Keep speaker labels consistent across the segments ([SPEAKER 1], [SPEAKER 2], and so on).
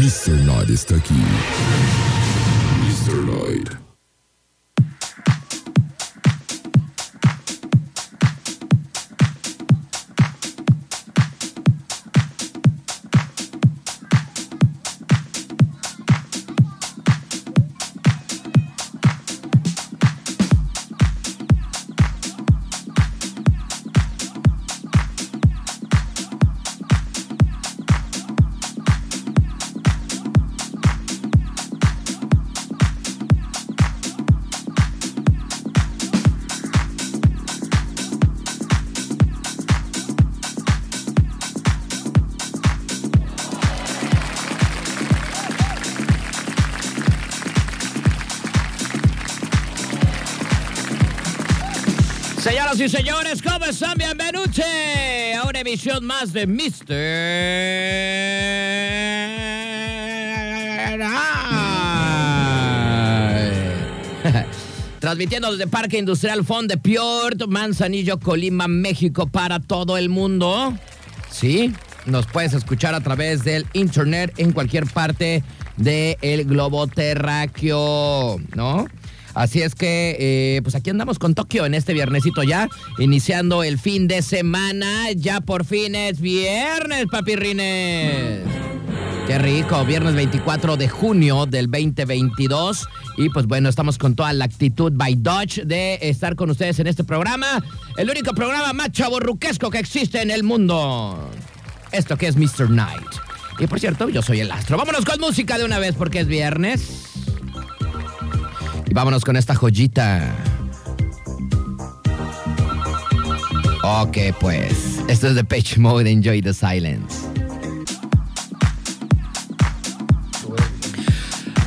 [SPEAKER 1] Mr. Lloyd está aquí. Mr. Lloyd.
[SPEAKER 2] Señoras y señores, ¿cómo están? Bienvenuti a una emisión más de Mister... Ay. Transmitiendo desde Parque Industrial Fond de Piort, Manzanillo, Colima, México, para todo el mundo. Sí, nos puedes escuchar a través del internet en cualquier parte del globo terráqueo, ¿no? Así es que, eh, pues aquí andamos con Tokio en este viernesito ya, iniciando el fin de semana. Ya por fin es viernes, papirrines. Qué rico, viernes 24 de junio del 2022. Y pues bueno, estamos con toda la actitud by Dodge de estar con ustedes en este programa. El único programa más chaborruquesco que existe en el mundo. Esto que es Mr. Night. Y por cierto, yo soy el astro. Vámonos con música de una vez porque es viernes. Y vámonos con esta joyita. Ok, pues. Esto es de Page Mode, Enjoy the Silence.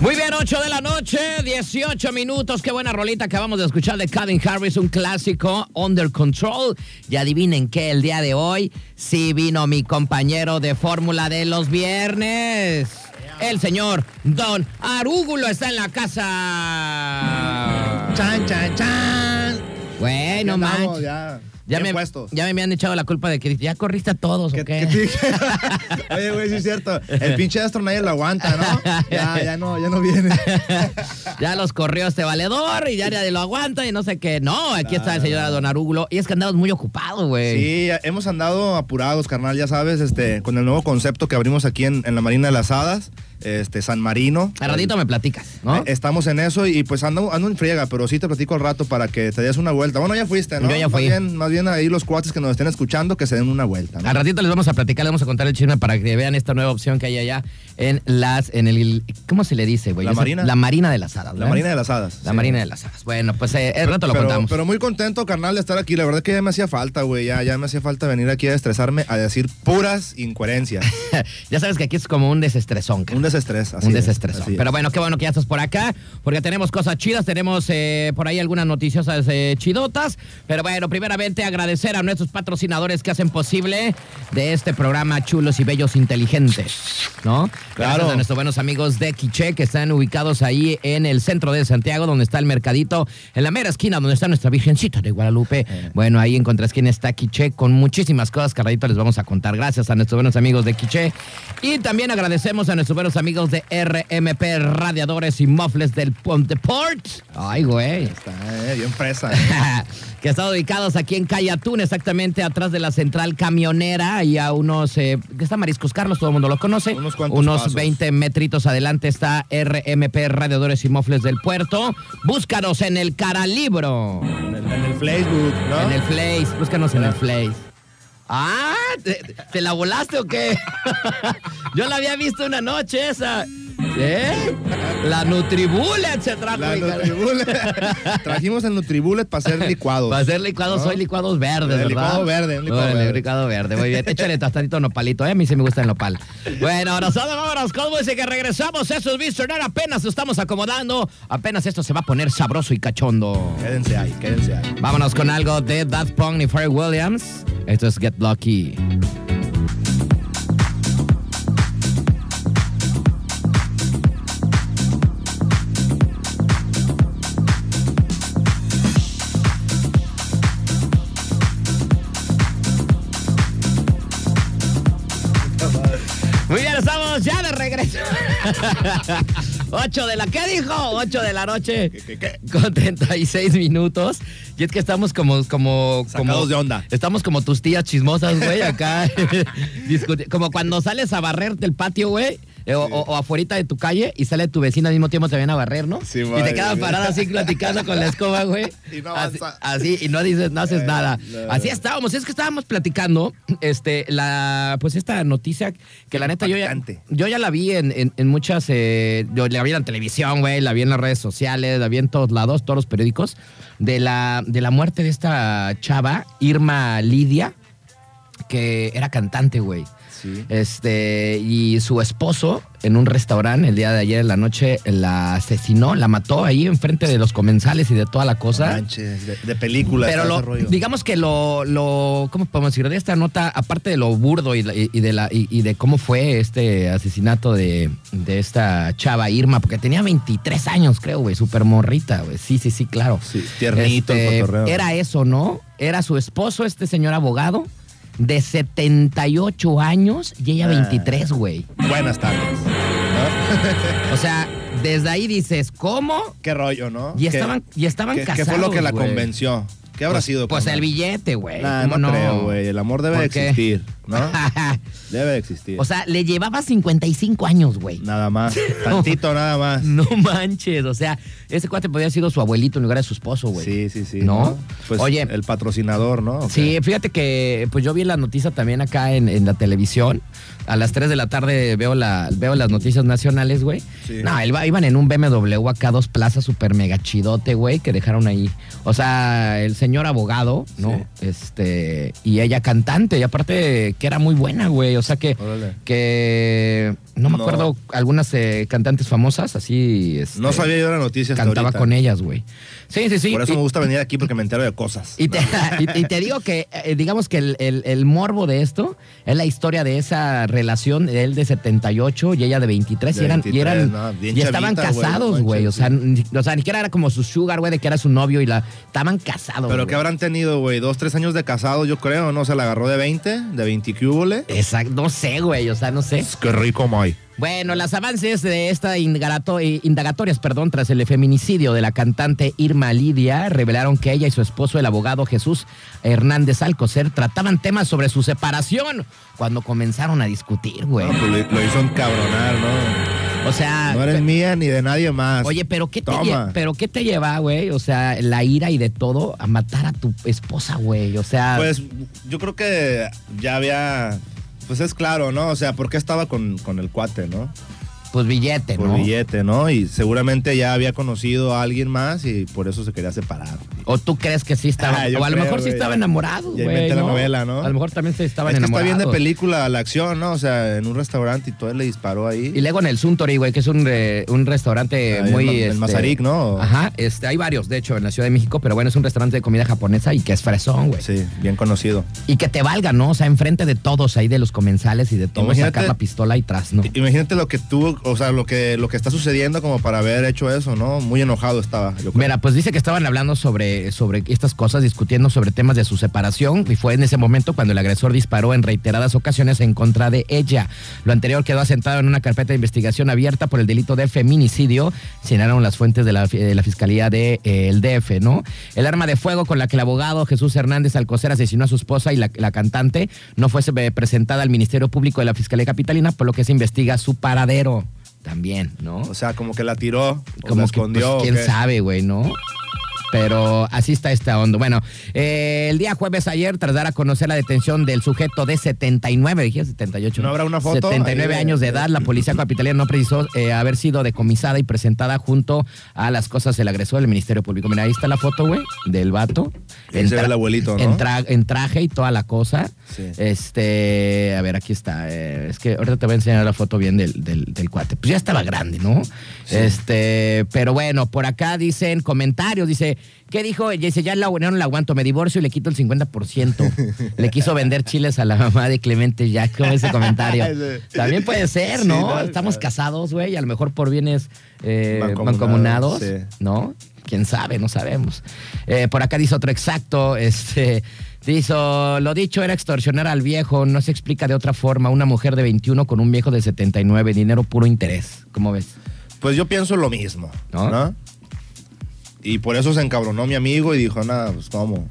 [SPEAKER 2] Muy bien, 8 de la noche, 18 minutos. Qué buena rolita acabamos de escuchar de Calvin Harris, un clásico, Under Control. Y adivinen qué, el día de hoy sí vino mi compañero de fórmula de los viernes. El señor Don Arúgulo está en la casa.
[SPEAKER 3] Chan, chan, chan.
[SPEAKER 2] Bueno,
[SPEAKER 3] Ya andamos,
[SPEAKER 2] manches.
[SPEAKER 3] ya.
[SPEAKER 2] Ya
[SPEAKER 3] Bien
[SPEAKER 2] me,
[SPEAKER 3] puestos.
[SPEAKER 2] ya me habían echado la culpa de que ya corriste a todos,
[SPEAKER 3] ¿Qué-
[SPEAKER 2] ¿o qué?
[SPEAKER 3] qué te dije? Oye, güey, sí es cierto. El pinche astro nadie lo aguanta, ¿no? Ya, ya no, ya no viene.
[SPEAKER 2] ya los corrió este valedor y ya nadie lo aguanta y no sé qué. No, aquí está el señor Don Arúgulo. Y es que andamos muy ocupados, güey.
[SPEAKER 3] Sí, hemos andado apurados, carnal, ya sabes, este, con el nuevo concepto que abrimos aquí en, en la Marina de las Hadas, este, San Marino.
[SPEAKER 2] Al ratito me platicas, ¿no?
[SPEAKER 3] Eh, Estamos en eso y pues ando, ando en friega, pero sí te platico al rato para que te des una vuelta. Bueno, ya fuiste, ¿no?
[SPEAKER 2] Yo ya fui.
[SPEAKER 3] Más bien, más bien ahí los cuates que nos estén escuchando que se den una vuelta. ¿no?
[SPEAKER 2] Al ratito les vamos a platicar, les vamos a contar el chisme para que vean esta nueva opción que hay allá en las, en el, ¿cómo se le dice, güey?
[SPEAKER 3] La
[SPEAKER 2] Yo sé-
[SPEAKER 3] marina.
[SPEAKER 2] La marina de las hadas.
[SPEAKER 3] La
[SPEAKER 2] ¿verdad?
[SPEAKER 3] Marina de las Hadas.
[SPEAKER 2] La
[SPEAKER 3] sí.
[SPEAKER 2] marina de las hadas. Bueno, pues eh, el rato lo
[SPEAKER 3] pero,
[SPEAKER 2] contamos.
[SPEAKER 3] pero muy contento, carnal, de estar aquí. La verdad que ya me hacía falta, güey. Ya, ya me hacía falta venir aquí a estresarme, a decir puras incoherencias.
[SPEAKER 2] ya sabes que aquí es como un desestresón, cara.
[SPEAKER 3] Un desestrés. Así
[SPEAKER 2] un
[SPEAKER 3] es,
[SPEAKER 2] desestresón.
[SPEAKER 3] así es.
[SPEAKER 2] Pero bueno, qué bueno que ya estás por acá, porque tenemos cosas chidas, tenemos eh, por ahí algunas noticiosas eh, chidotas. Pero bueno, primeramente agradecer a nuestros patrocinadores que hacen posible de este programa chulos y bellos inteligentes, ¿no?
[SPEAKER 3] Claro.
[SPEAKER 2] Gracias a nuestros buenos amigos de Quiche, que están ubicados ahí en el centro de Santiago, donde está el mercadito, en la mera esquina, donde está nuestra Virgencita de Guadalupe. Bueno, ahí encontrás quién está Quiche con muchísimas cosas que al ratito les vamos a contar. Gracias a nuestros buenos amigos de Quiche. Y también agradecemos a nuestros buenos amigos de RMP Radiadores y Mofles del Ponte Port. Ay, güey.
[SPEAKER 3] Está, eh, bien fresa. eh.
[SPEAKER 2] que están ubicados aquí en Calle Atún, exactamente atrás de la central camionera y a unos, eh, que está Mariscos Carlos, todo el mundo lo conoce,
[SPEAKER 3] Unos cuantos
[SPEAKER 2] unos
[SPEAKER 3] pasos.
[SPEAKER 2] 20 metritos adelante está RMP Radiadores y Mofles del Puerto. Búscanos en el Caralibro,
[SPEAKER 3] En el, en el Facebook, ¿no?
[SPEAKER 2] en el Place, búscanos en el Place. Ah, ¿te, te la volaste o qué? Yo la había visto una noche esa. ¿Eh? La Nutribullet se trajo.
[SPEAKER 3] La
[SPEAKER 2] mi cara.
[SPEAKER 3] Nutribullet. Trajimos el Nutribullet para hacer licuados.
[SPEAKER 2] Para hacer licuados,
[SPEAKER 3] ¿No?
[SPEAKER 2] soy licuados verdes, ¿verdad?
[SPEAKER 3] El licuado verde, un licuado
[SPEAKER 2] Órale,
[SPEAKER 3] verde.
[SPEAKER 2] licuado verde, muy bien. Échale tantito nopalito, ¿eh? a mí sí me gusta el nopal. Bueno, nosotros vámonos con música, regresamos. Eso es Mr. Nerd, apenas nos estamos acomodando. Apenas esto se va a poner sabroso y cachondo.
[SPEAKER 3] Quédense ahí, quédense ahí.
[SPEAKER 2] Vámonos con algo de Daft Punk y Pharrell Williams. Esto es Get Lucky. Muy bien, estamos Estamos ya de regreso. 8 de la, ¿qué dijo? 8 de la noche.
[SPEAKER 3] ¿Qué, qué, qué?
[SPEAKER 2] Con 36 minutos. Y es que estamos como, como,
[SPEAKER 3] Sacados
[SPEAKER 2] como-
[SPEAKER 3] de onda.
[SPEAKER 2] Estamos como tus tías chismosas, güey, acá. discuti- como cuando sales a barrer del patio, güey. eh, O, o, afuera de tu calle y sale tu vecina al mismo tiempo se viene a barrer, ¿no?
[SPEAKER 3] Sí,
[SPEAKER 2] y te
[SPEAKER 3] madre
[SPEAKER 2] quedas
[SPEAKER 3] mía.
[SPEAKER 2] parada así platicando con la escoba, güey.
[SPEAKER 3] Y no
[SPEAKER 2] así,
[SPEAKER 3] avanza.
[SPEAKER 2] así, y no dices, no haces
[SPEAKER 3] Eh,
[SPEAKER 2] nada.
[SPEAKER 3] no.
[SPEAKER 2] Así estábamos, es que estábamos platicando, este, la, pues esta noticia que la neta yo ya,
[SPEAKER 3] Impactante.
[SPEAKER 2] yo ya la vi en, en- en muchas, eh, yo la vi en la televisión, güey, la vi en las redes sociales, la vi en todos lados, todos los periódicos, de la, de la muerte de esta chava, Irma Lidia, que era cantante, güey.
[SPEAKER 3] Sí.
[SPEAKER 2] Este, y su esposo en un restaurante el día de ayer en la noche la asesinó, la mató ahí enfrente de los comensales y de toda la cosa.
[SPEAKER 3] Manches, de, de película.
[SPEAKER 2] Pero
[SPEAKER 3] está
[SPEAKER 2] lo-
[SPEAKER 3] ese rollo.
[SPEAKER 2] digamos que lo, lo, ¿cómo podemos decir? De esta nota, aparte de lo burdo y, la- y- y de, la, y, y de cómo fue este asesinato de, de esta chava Irma, porque tenía 23 años, creo, güey, súper morrita, güey. Sí, sí, sí, claro. Este,
[SPEAKER 3] Sí, tiernito el cotorreo.
[SPEAKER 2] Era eso, ¿no? Era su esposo, este señor abogado, de 78 años y ella
[SPEAKER 3] Ah.
[SPEAKER 2] 23, güey.
[SPEAKER 3] Buenas tardes. ¿no?
[SPEAKER 2] O sea, desde ahí dices, ¿cómo?
[SPEAKER 3] Qué rollo, ¿no?
[SPEAKER 2] Y
[SPEAKER 3] ¿Qué-
[SPEAKER 2] estaban, y estaban
[SPEAKER 3] qué,
[SPEAKER 2] casados.
[SPEAKER 3] qué fue lo que la
[SPEAKER 2] güey.
[SPEAKER 3] convenció? ¿Qué habrá
[SPEAKER 2] Pues-
[SPEAKER 3] sido?
[SPEAKER 2] Pues
[SPEAKER 3] carnal?
[SPEAKER 2] el billete, güey.
[SPEAKER 3] Nah,
[SPEAKER 2] ¿Cómo
[SPEAKER 3] no, creo, güey. El amor debe de
[SPEAKER 2] ¿Por qué?
[SPEAKER 3] existir, ¿no? debe de existir.
[SPEAKER 2] o sea, le llevaba 55 años, güey.
[SPEAKER 3] nada más. Tantito nada más.
[SPEAKER 2] No manches, o sea, ese cuate podría haber sido su abuelito en lugar de su esposo, güey.
[SPEAKER 3] Sí, sí, sí.
[SPEAKER 2] ¿No?
[SPEAKER 3] Pues
[SPEAKER 2] Oye.
[SPEAKER 3] el patrocinador, ¿no? Ok.
[SPEAKER 2] Sí, fíjate que pues yo vi la noticia también acá en, en la televisión. A las 3 de la tarde veo, la, veo las noticias nacionales, güey.
[SPEAKER 3] Sí.
[SPEAKER 2] No, iba- iban en un BMW acá, dos plazas super mega chidote, güey, que dejaron ahí. O sea, el señor abogado, ¿no? Este, y ella cantante, y aparte que era muy buena, güey. O sea que,
[SPEAKER 3] Órale.
[SPEAKER 2] que no me
[SPEAKER 3] No.
[SPEAKER 2] acuerdo, algunas eh, cantantes famosas, así. este,
[SPEAKER 3] No sabía yo la noticia hasta
[SPEAKER 2] Cantaba
[SPEAKER 3] ahorita.
[SPEAKER 2] con ellas, güey. Sí, sí, sí.
[SPEAKER 3] Por eso
[SPEAKER 2] Y-
[SPEAKER 3] me gusta venir aquí porque me entero de cosas.
[SPEAKER 2] y te, y- y te digo que, eh, digamos que el, el- el morbo de esto es la historia de esa relación, de él de 78 y ella de 23, y
[SPEAKER 3] De
[SPEAKER 2] eran, y eran-
[SPEAKER 3] 23, ¿no? Bien
[SPEAKER 2] y estaban
[SPEAKER 3] chavita, güey,
[SPEAKER 2] casados, güey.
[SPEAKER 3] manches,
[SPEAKER 2] O, sea, ni- o sea, ni siquiera era como su sugar, güey, de que era su novio y la. Estaban casados.
[SPEAKER 3] Pero
[SPEAKER 2] güey.
[SPEAKER 3] que habrán tenido, güey, dos, tres años de casado, yo creo, ¿no? Se la agarró de 20, de 20 cúbole.
[SPEAKER 2] Exacto, no sé, güey, o sea, no sé.
[SPEAKER 3] Qué rico, May.
[SPEAKER 2] Bueno, las avances de esta indagato- eh, indagatorias, perdón, tras el feminicidio de la cantante Irma Lidia, revelaron que ella y su esposo, el abogado Jesús Hernández Alcocer, trataban temas sobre su separación cuando comenzaron a discutir, güey.
[SPEAKER 3] No, pues lo, lo hizo encabronar, ¿no?
[SPEAKER 2] O sea,
[SPEAKER 3] No eres mía ni de nadie más.
[SPEAKER 2] Ah, oye, pero qué te,
[SPEAKER 3] Toma.
[SPEAKER 2] lle- pero qué te lleva, güey, o sea, la ira y de todo a matar a tu esposa, güey, o sea,
[SPEAKER 3] Pues yo creo que ya había. Pues es claro, ¿no? O sea, ¿por qué estaba con, con el cuate, no?
[SPEAKER 2] pues billete,
[SPEAKER 3] Por
[SPEAKER 2] ¿no?
[SPEAKER 3] billete, ¿no? Y seguramente ya había conocido a alguien más y por eso se quería separar.
[SPEAKER 2] O tú crees que sí estaba,
[SPEAKER 3] Ah, yo
[SPEAKER 2] o a lo
[SPEAKER 3] creo,
[SPEAKER 2] mejor sí
[SPEAKER 3] güey,
[SPEAKER 2] estaba
[SPEAKER 3] ya-
[SPEAKER 2] enamorado,
[SPEAKER 3] ya
[SPEAKER 2] güey.
[SPEAKER 3] inventé la novela, ¿no?
[SPEAKER 2] A lo mejor también se estaban
[SPEAKER 3] es que está
[SPEAKER 2] enamorados.
[SPEAKER 3] bien de película la acción, ¿no? O sea, en un restaurante y todo él le disparó ahí.
[SPEAKER 2] Y luego en el Suntory, güey, que es un, eh, un restaurante
[SPEAKER 3] Ahí en
[SPEAKER 2] muy...
[SPEAKER 3] Ma- en
[SPEAKER 2] este,
[SPEAKER 3] Mazarik, ¿no?
[SPEAKER 2] Ajá, este, hay varios, de hecho, en la Ciudad de México, pero bueno, es un restaurante de comida japonesa y que es fresón, güey.
[SPEAKER 3] Sí, bien conocido.
[SPEAKER 2] Y que te valga, ¿no? O sea, enfrente de todos ahí, de los comensales y de todos,
[SPEAKER 3] Imagínate-
[SPEAKER 2] sacar la pistola y tras, ¿no?
[SPEAKER 3] I- Imagínate lo que tuvo, o sea, lo que, lo que está sucediendo como para haber hecho eso, ¿no? Muy enojado estaba. yo creo.
[SPEAKER 2] Mira, pues dice que estaban hablando sobre, sobre estas cosas, discutiendo sobre temas de su separación y fue en ese momento cuando el agresor disparó en reiteradas ocasiones en contra de ella. Lo anterior quedó asentado en una carpeta de investigación abierta por el delito de feminicidio, señalaron las fuentes de la, eh, de la Fiscalía del de, eh, el DF, ¿no? El arma de fuego con la que el abogado Jesús Hernández Alcocer asesinó a su esposa y la, la cantante no fue eh, presentada al Ministerio Público de la Fiscalía Capitalina, por lo que se investiga su paradero también, ¿no?
[SPEAKER 3] O sea, como que la tiró, como
[SPEAKER 2] como que,
[SPEAKER 3] escondió.
[SPEAKER 2] pues,
[SPEAKER 3] ¿o
[SPEAKER 2] quién
[SPEAKER 3] qué?
[SPEAKER 2] sabe, güey, ¿no? Pero así está esta onda. Bueno, eh, el día jueves ayer, tras dar a conocer la detención del sujeto de 79, dije 78.
[SPEAKER 3] ¿No habrá una foto
[SPEAKER 2] 79
[SPEAKER 3] ahí eh, de-
[SPEAKER 2] años de edad, la policía capitalina no precisó eh, haber sido decomisada y presentada junto a las cosas del agresor del Ministerio Público. Mira, ahí está la foto, güey, del vato.
[SPEAKER 3] Y ahí se ve el abuelito, ¿no?
[SPEAKER 2] en tra- en traje y toda la cosa.
[SPEAKER 3] Sí.
[SPEAKER 2] Este, a ver, aquí está. eh, es que ahorita te voy a enseñar la foto bien del, del- del cuate. Pues ya estaba grande, ¿no? Este, pero bueno, por acá dicen comentarios, dice, ¿qué dijo? Y Dice, ya la, no la aguanto, me divorcio y le quito el 50%. le quiso vender chiles a la mamá de Clemente ya con ese comentario. También puede ser,
[SPEAKER 3] Sí,
[SPEAKER 2] ¿no?
[SPEAKER 3] ¿no?
[SPEAKER 2] Estamos casados, güey, a lo mejor por bienes eh,
[SPEAKER 3] Mancomunados,
[SPEAKER 2] mancomunados,
[SPEAKER 3] sí.
[SPEAKER 2] ¿no? quién sabe, no sabemos. Eh, por acá dice otro exacto, este, dice, lo dicho era extorsionar al viejo, no se explica de otra forma, una mujer de 21 con un viejo de 79, dinero puro interés, ¿cómo ves?
[SPEAKER 3] Pues yo pienso lo mismo,
[SPEAKER 2] ¿No?
[SPEAKER 3] ¿no? Y por eso se encabronó mi amigo y dijo, nada, pues cómo.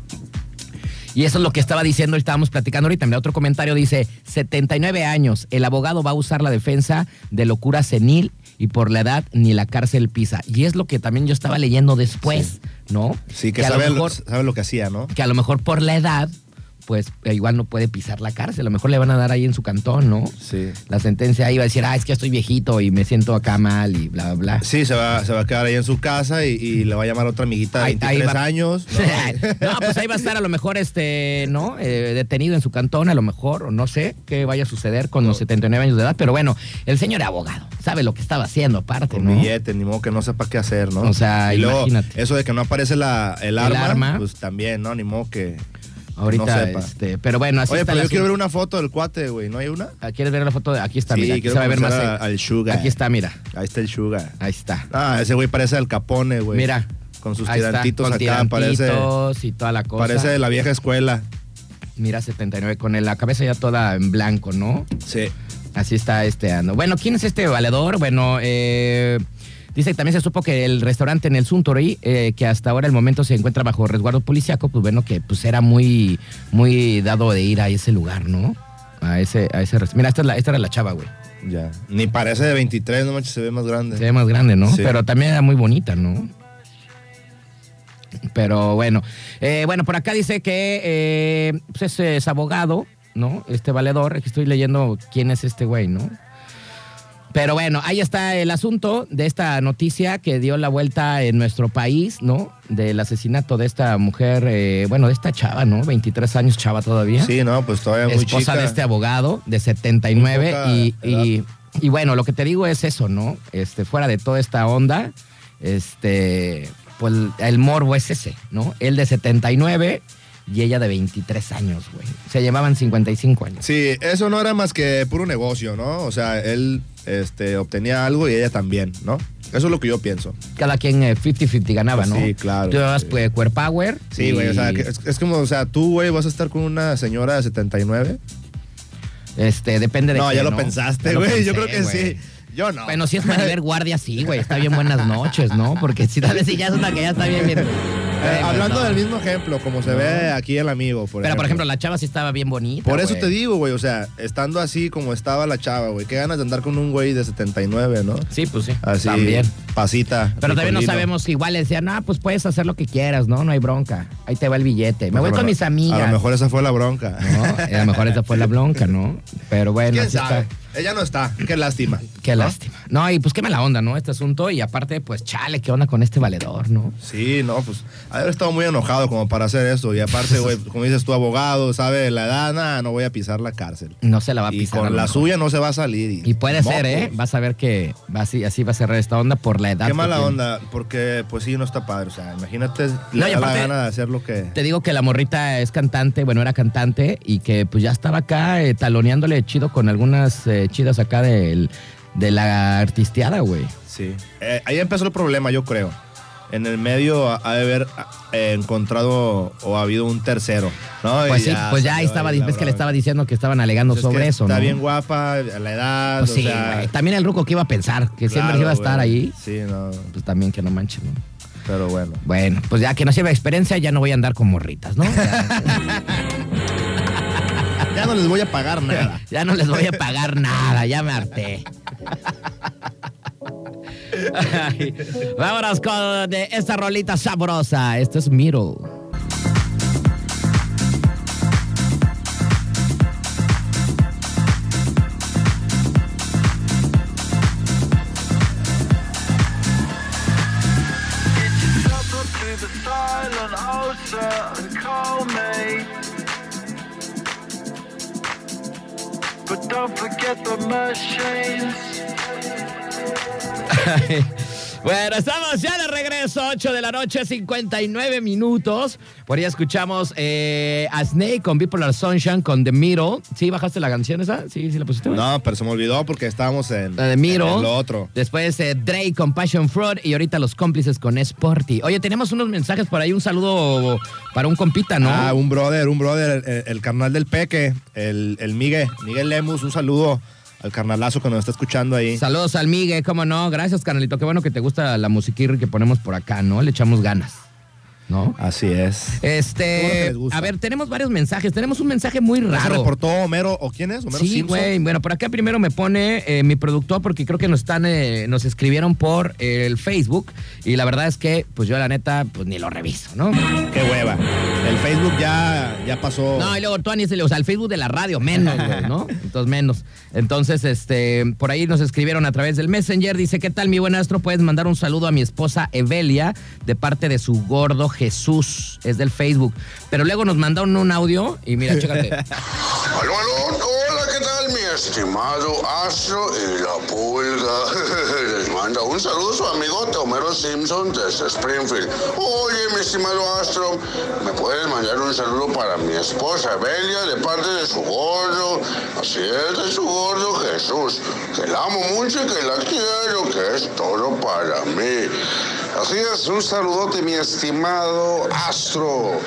[SPEAKER 2] Y eso es lo que estaba diciendo, estábamos platicando ahorita. Mira, otro comentario dice, 79 años, el abogado va a usar la defensa de locura senil y por la edad ni la cárcel pisa. Y es lo que también yo estaba leyendo después, ¿no?
[SPEAKER 3] Sí, que,
[SPEAKER 2] a lo
[SPEAKER 3] sabe,
[SPEAKER 2] mejor-
[SPEAKER 3] sabe lo que hacía, ¿no?
[SPEAKER 2] que a lo mejor por la edad, pues eh, igual no puede pisar la cárcel. A lo mejor le van a dar ahí en su cantón, ¿no?
[SPEAKER 3] Sí.
[SPEAKER 2] La sentencia ahí va a decir, ah, es que ya estoy viejito y me siento acá mal y bla, bla, bla.
[SPEAKER 3] Sí, se va, se va a quedar ahí en su casa y, y le va a llamar otra amiguita de
[SPEAKER 2] Ahí- ahí
[SPEAKER 3] 23
[SPEAKER 2] va-
[SPEAKER 3] años.
[SPEAKER 2] No, pues ahí va a estar a lo mejor este, ¿no? Eh, detenido en su cantón, a lo mejor, o no sé qué vaya a suceder con
[SPEAKER 3] Pues,
[SPEAKER 2] los 79 años de edad. Pero bueno, el señor abogado sabe lo que estaba haciendo, aparte,
[SPEAKER 3] Con
[SPEAKER 2] ¿no?
[SPEAKER 3] billete, ni modo que no sepa qué hacer, ¿no?
[SPEAKER 2] O sea,
[SPEAKER 3] y luego,
[SPEAKER 2] imagínate.
[SPEAKER 3] Eso de que no aparece la, el, arma,
[SPEAKER 2] arma.
[SPEAKER 3] pues también, ¿no? Ni modo que
[SPEAKER 2] Ahorita,
[SPEAKER 3] no sepa.
[SPEAKER 2] este, pero bueno, así
[SPEAKER 3] Oye,
[SPEAKER 2] está
[SPEAKER 3] pero
[SPEAKER 2] el
[SPEAKER 3] yo quiero ver
[SPEAKER 2] asunto.
[SPEAKER 3] una foto del cuate, güey. ¿No hay una?
[SPEAKER 2] Ah, ¿Quieres ver la foto? de- Aquí está,
[SPEAKER 3] Sí,
[SPEAKER 2] mira. Aquí
[SPEAKER 3] quiero
[SPEAKER 2] se va a ver más.
[SPEAKER 3] conocer
[SPEAKER 2] eh.
[SPEAKER 3] a- al Sugar.
[SPEAKER 2] Aquí está, mira.
[SPEAKER 3] Ahí está el Sugar.
[SPEAKER 2] Ahí está.
[SPEAKER 3] Ah, ese güey parece al Capone, güey.
[SPEAKER 2] Mira.
[SPEAKER 3] Con sus
[SPEAKER 2] Ahí está,
[SPEAKER 3] tirantitos
[SPEAKER 2] con
[SPEAKER 3] acá, parece...
[SPEAKER 2] tirantitos y toda la cosa.
[SPEAKER 3] Parece de la vieja escuela.
[SPEAKER 2] Mira 79 con el- la cabeza ya toda en blanco, ¿no?
[SPEAKER 3] Sí.
[SPEAKER 2] Así está este ano. Bueno, ¿quién es este valedor? Bueno, eh, dice que también se supo que el restaurante en el Suntory, eh, que hasta ahora el momento se encuentra bajo resguardo policiaco, pues bueno, que pues era muy, muy dado de ir a ese lugar, ¿no? A ese, a ese restaurante. Mira, esta, es la- esta era la chava, güey.
[SPEAKER 3] Ya. Ni parece de 23, no manches, se ve más grande.
[SPEAKER 2] Se ve más grande, ¿no?
[SPEAKER 3] Sí.
[SPEAKER 2] Pero también era muy bonita, ¿no? Pero bueno. Eh, bueno, por acá dice que eh, pues es, eh, es abogado, ¿no? Este valedor. Aquí estoy leyendo quién es este güey, ¿no? Pero bueno, ahí está el asunto de esta noticia que dio la vuelta en nuestro país, ¿no? Del asesinato de esta mujer, eh, bueno, de esta chava, ¿no? 23 años chava todavía
[SPEAKER 3] Sí, no, pues todavía muy
[SPEAKER 2] esposa
[SPEAKER 3] chica.
[SPEAKER 2] de este abogado de 79
[SPEAKER 3] Muy
[SPEAKER 2] y,
[SPEAKER 3] poca
[SPEAKER 2] y, y bueno, lo que te digo es eso, ¿no? Este, fuera de toda esta onda, este, pues el morbo es ese, ¿no? Él de 79 y ella de 23 años, güey. Se llevaban 55 años.
[SPEAKER 3] Sí, eso no era más que puro negocio, ¿no? O sea, él este, obtenía algo y ella también, ¿no? Eso es lo que yo pienso.
[SPEAKER 2] Cada quien eh, 50-50 ganaba, ¿no?
[SPEAKER 3] Sí, claro.
[SPEAKER 2] Tú llevabas
[SPEAKER 3] Sí.
[SPEAKER 2] pues, Core Power.
[SPEAKER 3] Sí, güey, o sea, que- es, es como, o sea, tú, güey, vas a estar con una señora de 79.
[SPEAKER 2] Este, depende de
[SPEAKER 3] No,
[SPEAKER 2] qué,
[SPEAKER 3] ya lo pensaste,
[SPEAKER 2] Ya lo
[SPEAKER 3] güey,
[SPEAKER 2] pensé,
[SPEAKER 3] yo creo que
[SPEAKER 2] güey.
[SPEAKER 3] sí. Yo no.
[SPEAKER 2] Bueno, si es Maribel Guardia, sí, güey. Está bien buenas noches, ¿no? Porque si tal vez si ya es una que ya está bien. bien.
[SPEAKER 3] Eh,
[SPEAKER 2] Güey,
[SPEAKER 3] hablando
[SPEAKER 2] pues, no.
[SPEAKER 3] del mismo ejemplo, como se
[SPEAKER 2] No.
[SPEAKER 3] ve aquí el amigo, por
[SPEAKER 2] Pero,
[SPEAKER 3] ejemplo.
[SPEAKER 2] por ejemplo, la chava sí estaba bien bonita.
[SPEAKER 3] Por eso
[SPEAKER 2] güey.
[SPEAKER 3] te digo, güey, o sea, estando así como estaba la chava, güey, qué ganas de andar con un güey de 79, ¿no?
[SPEAKER 2] Sí, pues sí.
[SPEAKER 3] Así,
[SPEAKER 2] También.
[SPEAKER 3] pasita.
[SPEAKER 2] Pero también no
[SPEAKER 3] ricolino.
[SPEAKER 2] sabemos, igual le decían, no, pues puedes hacer lo que quieras, ¿no? No hay bronca. Ahí te va el billete. Me
[SPEAKER 3] Pues
[SPEAKER 2] voy
[SPEAKER 3] a lo
[SPEAKER 2] con
[SPEAKER 3] mejor-
[SPEAKER 2] mis amigas.
[SPEAKER 3] A lo mejor esa fue la bronca.
[SPEAKER 2] ¿No? A lo mejor esa fue la bronca, ¿no? Pero bueno,
[SPEAKER 3] ¿Quién
[SPEAKER 2] así está.
[SPEAKER 3] sabe? Ella no está. Qué lástima.
[SPEAKER 2] Qué
[SPEAKER 3] ¿No?
[SPEAKER 2] lástima. No, y pues qué mala onda, ¿no? Este asunto. Y aparte, pues chale, ¿qué onda con este valedor, no?
[SPEAKER 3] Sí, no, pues. Haber estado muy enojado como para hacer eso. Y aparte, güey, como dices tú, abogado, sabe la edad, nada, no voy a pisar la cárcel.
[SPEAKER 2] No se la va a
[SPEAKER 3] Y
[SPEAKER 2] pisar. a
[SPEAKER 3] con
[SPEAKER 2] lo
[SPEAKER 3] la
[SPEAKER 2] mejor.
[SPEAKER 3] suya no se va a salir. Y, pues,
[SPEAKER 2] Y puede ser, ¿eh?
[SPEAKER 3] mocos.
[SPEAKER 2] Vas a ver que va así, así va a cerrar esta onda por la edad.
[SPEAKER 3] Qué
[SPEAKER 2] que
[SPEAKER 3] mala
[SPEAKER 2] tiene.
[SPEAKER 3] onda, porque pues sí, no está padre. O sea, imagínate,
[SPEAKER 2] No, y
[SPEAKER 3] le da la
[SPEAKER 2] aparte-
[SPEAKER 3] gana de hacer lo que.
[SPEAKER 2] Te digo que la morrita es cantante, bueno, era cantante y que pues ya estaba acá eh, taloneándole chido con algunas eh, chidas acá del, de la artisteada, güey.
[SPEAKER 3] Sí. Eh, ahí empezó el problema, yo creo. En el medio ha- ha de haber eh, encontrado o ha habido un tercero, ¿no? Y
[SPEAKER 2] Pues sí, pues ya ahí
[SPEAKER 3] salió
[SPEAKER 2] estaba,
[SPEAKER 3] la
[SPEAKER 2] ves que le
[SPEAKER 3] bronca.
[SPEAKER 2] estaba diciendo que estaban alegando
[SPEAKER 3] Pues es
[SPEAKER 2] sobre
[SPEAKER 3] que
[SPEAKER 2] eso,
[SPEAKER 3] Está
[SPEAKER 2] ¿no?
[SPEAKER 3] bien guapa, a la edad.
[SPEAKER 2] Pues
[SPEAKER 3] o
[SPEAKER 2] sí,
[SPEAKER 3] sea,
[SPEAKER 2] güey. También el ruco que iba a pensar, que siempre
[SPEAKER 3] claro,
[SPEAKER 2] iba a estar
[SPEAKER 3] güey.
[SPEAKER 2] ahí,
[SPEAKER 3] Sí, no,
[SPEAKER 2] pues también que no manches, ¿no?
[SPEAKER 3] pero bueno.
[SPEAKER 2] Bueno, pues ya que no sirve experiencia, ya no voy a andar con morritas, ¿no? Ya,
[SPEAKER 3] Ya no les voy a pagar nada.
[SPEAKER 2] ya no les voy a pagar nada, ya me harté. Ay, vámonos con eh, esta rolita sabrosa. Esto es Miro.
[SPEAKER 4] Suffer through the silent ulcer and call me. But don't forget the machines.
[SPEAKER 2] Bueno, estamos ya de regreso, 8 de la noche, 59 minutos. Por ahí escuchamos eh, a Snake con Bipolar Sunshine, con The Miro. ¿Sí bajaste la canción esa? ¿Sí, sí la pusiste? güey?
[SPEAKER 3] No, pero se me olvidó porque estábamos en,
[SPEAKER 2] La de Miro.
[SPEAKER 3] en lo otro.
[SPEAKER 2] Después eh, Drake con Passion Fraud y ahorita los cómplices con Sporty. Oye, tenemos unos mensajes por ahí. Un saludo para un compita, ¿no?
[SPEAKER 3] Ah, un brother, un brother, el, el carnal del Peque, el, el Miguel, Miguel Lemus, un saludo al carnalazo que nos está escuchando ahí.
[SPEAKER 2] Saludos al Migue, cómo no. Gracias, canalito. Qué bueno que te gusta la musiquirri que ponemos por acá, ¿no? Le echamos ganas, ¿no?
[SPEAKER 3] Así es. Qué bueno que
[SPEAKER 2] Este,
[SPEAKER 3] les gusta.
[SPEAKER 2] a ver, tenemos varios mensajes. Tenemos un mensaje muy
[SPEAKER 3] ¿No ¿Se
[SPEAKER 2] raro.
[SPEAKER 3] reportó Homero o quién es? Homero
[SPEAKER 2] Sí,
[SPEAKER 3] Simpson.
[SPEAKER 2] güey. Bueno, por acá primero me pone eh, mi productor porque creo que nos están, eh, nos escribieron por eh, el Facebook y la verdad es que, pues yo la neta, pues ni lo reviso, ¿no?
[SPEAKER 3] Qué hueva. El Facebook ya, ya pasó.
[SPEAKER 2] No, y luego tú ni se le usa el Facebook de la radio, menos, güey, ¿no? Entonces, menos. Entonces, este, por ahí nos escribieron a través del Messenger. Dice, ¿qué tal, mi buen astro? Puedes mandar un saludo a mi esposa Evelia de parte de su gordo Jesús. Es del Facebook. Pero luego nos mandaron un audio y mira, chécate.
[SPEAKER 5] Aló, aló, hola, ¿qué tal? Mi estimado Astro y la Pulga. Les manda un saludo su amigote Homero Simpson desde Springfield. Oye, mi estimado Astro, ¿me puedes mandar un saludo para mi esposa Belia de parte de su gordo? Así es, de su gordo Jesús. Que la amo mucho y que la quiero, que es todo para mí. Así es, un saludote, mi estimado Astro.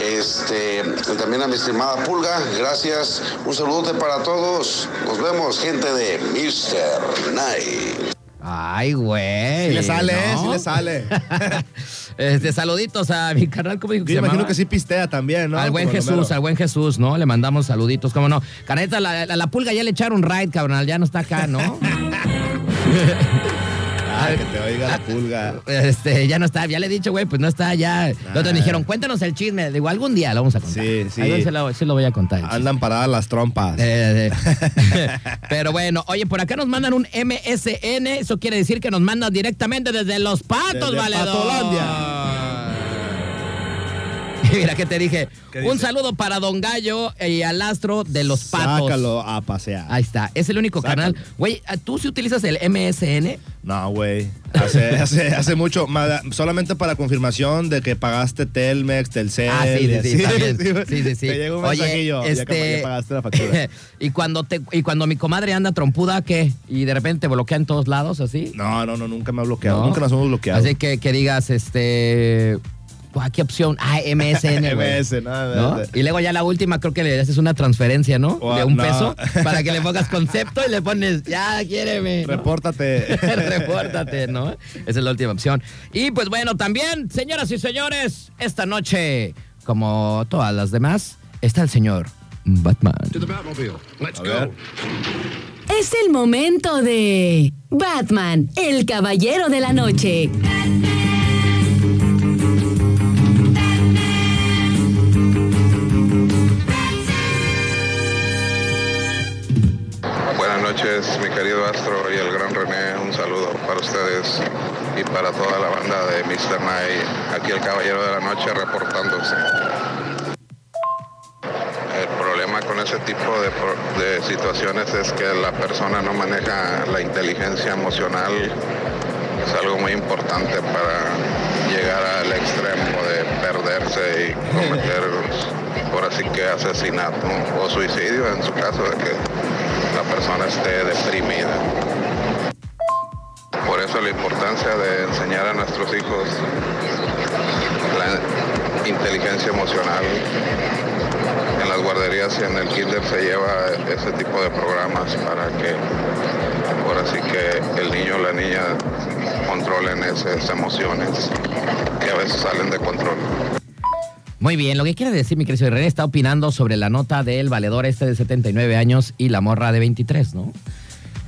[SPEAKER 5] Este, y también a mi estimada Pulga, gracias. Un saludote para todos. Nos vemos, gente de Mr. Night.
[SPEAKER 2] Ay, güey.
[SPEAKER 3] Sí le sale,
[SPEAKER 2] ¿no?
[SPEAKER 3] ¿eh? sí le sale.
[SPEAKER 2] Este, saluditos a mi canal, ¿cómo dijo que
[SPEAKER 3] Yo
[SPEAKER 2] se
[SPEAKER 3] imagino
[SPEAKER 2] llamaba?
[SPEAKER 3] que sí pistea también, ¿no?
[SPEAKER 2] al buen
[SPEAKER 3] Como el
[SPEAKER 2] Jesús,
[SPEAKER 3] Homero.
[SPEAKER 2] al buen Jesús, ¿no? Le mandamos saluditos, ¿cómo no? Caneta, la, la- la pulga ya le echaron ride, cabrón, ya no está acá, ¿no?
[SPEAKER 3] Ay, que te oiga la pulga.
[SPEAKER 2] Este, ya no está, ya le he dicho, güey, pues no está, ya. Los otros me dijeron, cuéntanos el chisme. Digo, algún día lo vamos a contar.
[SPEAKER 3] Sí, sí.
[SPEAKER 2] Algún se lo, sí lo voy a contar. el chisme.
[SPEAKER 3] Andan paradas las trompas.
[SPEAKER 2] Eh, eh. Pero bueno, oye, por acá nos mandan un MSN. Eso quiere decir que nos mandan directamente desde Los Patos,
[SPEAKER 3] Desde
[SPEAKER 2] valedor.
[SPEAKER 3] Patolandia.
[SPEAKER 2] Mira que te dije.
[SPEAKER 3] ¿Qué
[SPEAKER 2] Un
[SPEAKER 3] dice?
[SPEAKER 2] saludo para Don Gallo y al astro de Los Patos.
[SPEAKER 3] Sácalo a pasear.
[SPEAKER 2] Ahí está, es el único
[SPEAKER 3] Sácalo.
[SPEAKER 2] canal. Güey, ¿tú sí utilizas el MSN?
[SPEAKER 3] No, güey. Hace, hace, hace mucho. Mada- Solamente para confirmación de que pagaste Telmex, Telcel.
[SPEAKER 2] Ah, sí,
[SPEAKER 3] y
[SPEAKER 2] sí, sí,
[SPEAKER 3] así.
[SPEAKER 2] también. Sí, sí, sí.
[SPEAKER 3] Te llegó un
[SPEAKER 2] Oye,
[SPEAKER 3] mensajillo. ya que
[SPEAKER 2] este-
[SPEAKER 3] ya pagaste la factura.
[SPEAKER 2] y, cuando te, y cuando mi comadre anda trompuda, ¿qué? Y de repente te bloquea en todos lados, así.
[SPEAKER 3] No, no, no, nunca me ha bloqueado.
[SPEAKER 2] ¿No?
[SPEAKER 3] Nunca nos hemos bloqueado.
[SPEAKER 2] Así que, que digas, este. "Guau, ¿Qué opción? Ah, MSN, güey.
[SPEAKER 3] MS, nada,
[SPEAKER 2] ¿No?
[SPEAKER 3] nada.
[SPEAKER 2] Y luego ya la última, creo que le haces una transferencia, ¿no?
[SPEAKER 3] Guau,
[SPEAKER 2] de un
[SPEAKER 3] no.
[SPEAKER 2] peso para que le pongas concepto y le pones, ya, quiéreme. ¿no?
[SPEAKER 3] Repórtate.
[SPEAKER 2] Repórtate, ¿no? Esa es la última opción. Y pues bueno, también, señoras y señores, esta noche, como todas las demás, está el señor Batman.
[SPEAKER 3] A ver.
[SPEAKER 6] Es el momento de Batman, el caballero de la noche.
[SPEAKER 7] Buenas noches, mi querido Astro y el gran René. Un saludo para ustedes y para toda la banda de Mr. Night. Aquí el Caballero de la Noche reportándose. El problema con ese tipo de, pro- de situaciones es que la persona no maneja la inteligencia emocional. Es algo muy importante para llegar al extremo de perderse y cometer, por así que asesinato o suicidio en su caso de que la persona esté deprimida. Por eso la importancia de enseñar a nuestros hijos la inteligencia emocional. En las guarderías y en el kinder se lleva ese tipo de programas para que ahora sí que el niño o la niña controlen esas emociones que a veces salen de control.
[SPEAKER 2] Muy bien, lo que quiere decir mi querido René está opinando sobre la nota del valedor este de 79 años y la morra de 23, ¿no?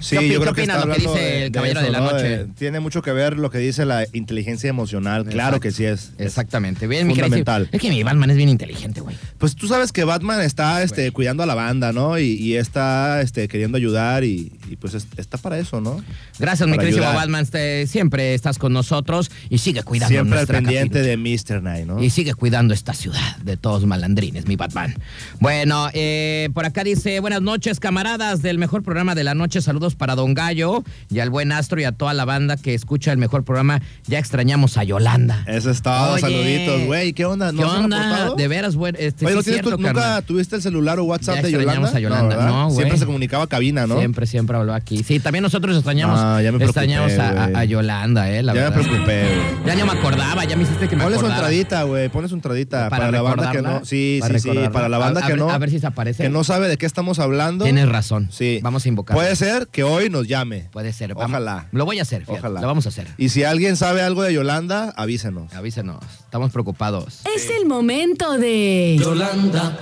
[SPEAKER 3] Sí,
[SPEAKER 2] ¿Qué opi-
[SPEAKER 3] yo creo
[SPEAKER 2] qué
[SPEAKER 3] que está
[SPEAKER 2] opinas lo que
[SPEAKER 3] hablando
[SPEAKER 2] dice
[SPEAKER 3] de-
[SPEAKER 2] el
[SPEAKER 3] de
[SPEAKER 2] Caballero
[SPEAKER 3] eso,
[SPEAKER 2] de la
[SPEAKER 3] ¿no? Eh,
[SPEAKER 2] Noche?
[SPEAKER 3] tiene mucho que ver lo que dice la inteligencia emocional. Claro
[SPEAKER 2] Exacto.
[SPEAKER 3] que sí es. es-
[SPEAKER 2] Exactamente, bien, mi querido.
[SPEAKER 3] fundamental.
[SPEAKER 2] Es que mi Batman es bien inteligente, güey.
[SPEAKER 3] Pues tú sabes que Batman está este,
[SPEAKER 2] Pues, Güey.
[SPEAKER 3] cuidando a la banda, ¿no? Y, y está este, queriendo ayudar y, y, pues es- está para eso, ¿no?
[SPEAKER 2] Gracias, mi
[SPEAKER 3] Para
[SPEAKER 2] querido
[SPEAKER 3] ayudar.
[SPEAKER 2] Batman. este, siempre estás con nosotros y sigue cuidando
[SPEAKER 3] Siempre al
[SPEAKER 2] nuestra
[SPEAKER 3] pendiente
[SPEAKER 2] capirucha.
[SPEAKER 3] de Mr. Night, ¿no?
[SPEAKER 2] Y sigue cuidando esta ciudad de todos malandrines, mi Batman. Bueno, eh, por acá dice, buenas noches, camaradas del mejor programa de la noche. Saludos Saludos para Don Gallo y al buen Astro y a toda la banda que escucha el mejor programa. Ya extrañamos a Yolanda.
[SPEAKER 3] Eso es todo,
[SPEAKER 2] Oye.
[SPEAKER 3] saluditos, güey. ¿Qué onda? ¿No
[SPEAKER 2] ¿Qué
[SPEAKER 3] se han
[SPEAKER 2] onda?
[SPEAKER 3] reportado?
[SPEAKER 2] De veras, güey. Este,
[SPEAKER 3] Oye,
[SPEAKER 2] sí
[SPEAKER 3] ¿no
[SPEAKER 2] es
[SPEAKER 3] tienes tú-
[SPEAKER 2] cierto,
[SPEAKER 3] ¿nunca
[SPEAKER 2] carnal.
[SPEAKER 3] tuviste el celular o WhatsApp
[SPEAKER 2] Ya
[SPEAKER 3] de Yolanda?
[SPEAKER 2] extrañamos a Yolanda,
[SPEAKER 3] ¿verdad?
[SPEAKER 2] no, güey.
[SPEAKER 3] Siempre se comunicaba a cabina, ¿no?
[SPEAKER 2] Siempre, siempre habló aquí. Sí, también nosotros extrañamos,
[SPEAKER 3] Ah, ya me preocupé,
[SPEAKER 2] extrañamos a, a- a
[SPEAKER 3] güey.
[SPEAKER 2] Yolanda, eh, la
[SPEAKER 3] ya me
[SPEAKER 2] verdad.
[SPEAKER 3] preocupé, güey.
[SPEAKER 2] Ya no me acordaba, ya me hiciste que me
[SPEAKER 3] Ponle su
[SPEAKER 2] acordara.
[SPEAKER 3] entradita, güey. Ponle su entradita. Para, la banda que
[SPEAKER 2] recordarla,
[SPEAKER 3] no. Sí,
[SPEAKER 2] para
[SPEAKER 3] sí, sí.
[SPEAKER 2] recordarla.
[SPEAKER 3] Para la banda
[SPEAKER 2] A- a
[SPEAKER 3] que
[SPEAKER 2] ver-
[SPEAKER 3] no.
[SPEAKER 2] a ver si se aparece.
[SPEAKER 3] Que no sabe de qué estamos hablando.
[SPEAKER 2] Tienes razón.
[SPEAKER 3] Sí. Pues,
[SPEAKER 2] Vamos a invocar.
[SPEAKER 3] Puede ser que hoy nos llame.
[SPEAKER 2] Puede ser. vamos-
[SPEAKER 3] Ojalá.
[SPEAKER 2] Lo voy a hacer, fíjate,
[SPEAKER 3] Ojalá.
[SPEAKER 2] Lo vamos a hacer.
[SPEAKER 3] Y si alguien sabe algo de Yolanda, avísenos.
[SPEAKER 2] Avísenos. Estamos preocupados.
[SPEAKER 6] Es el momento de
[SPEAKER 8] Yolanda,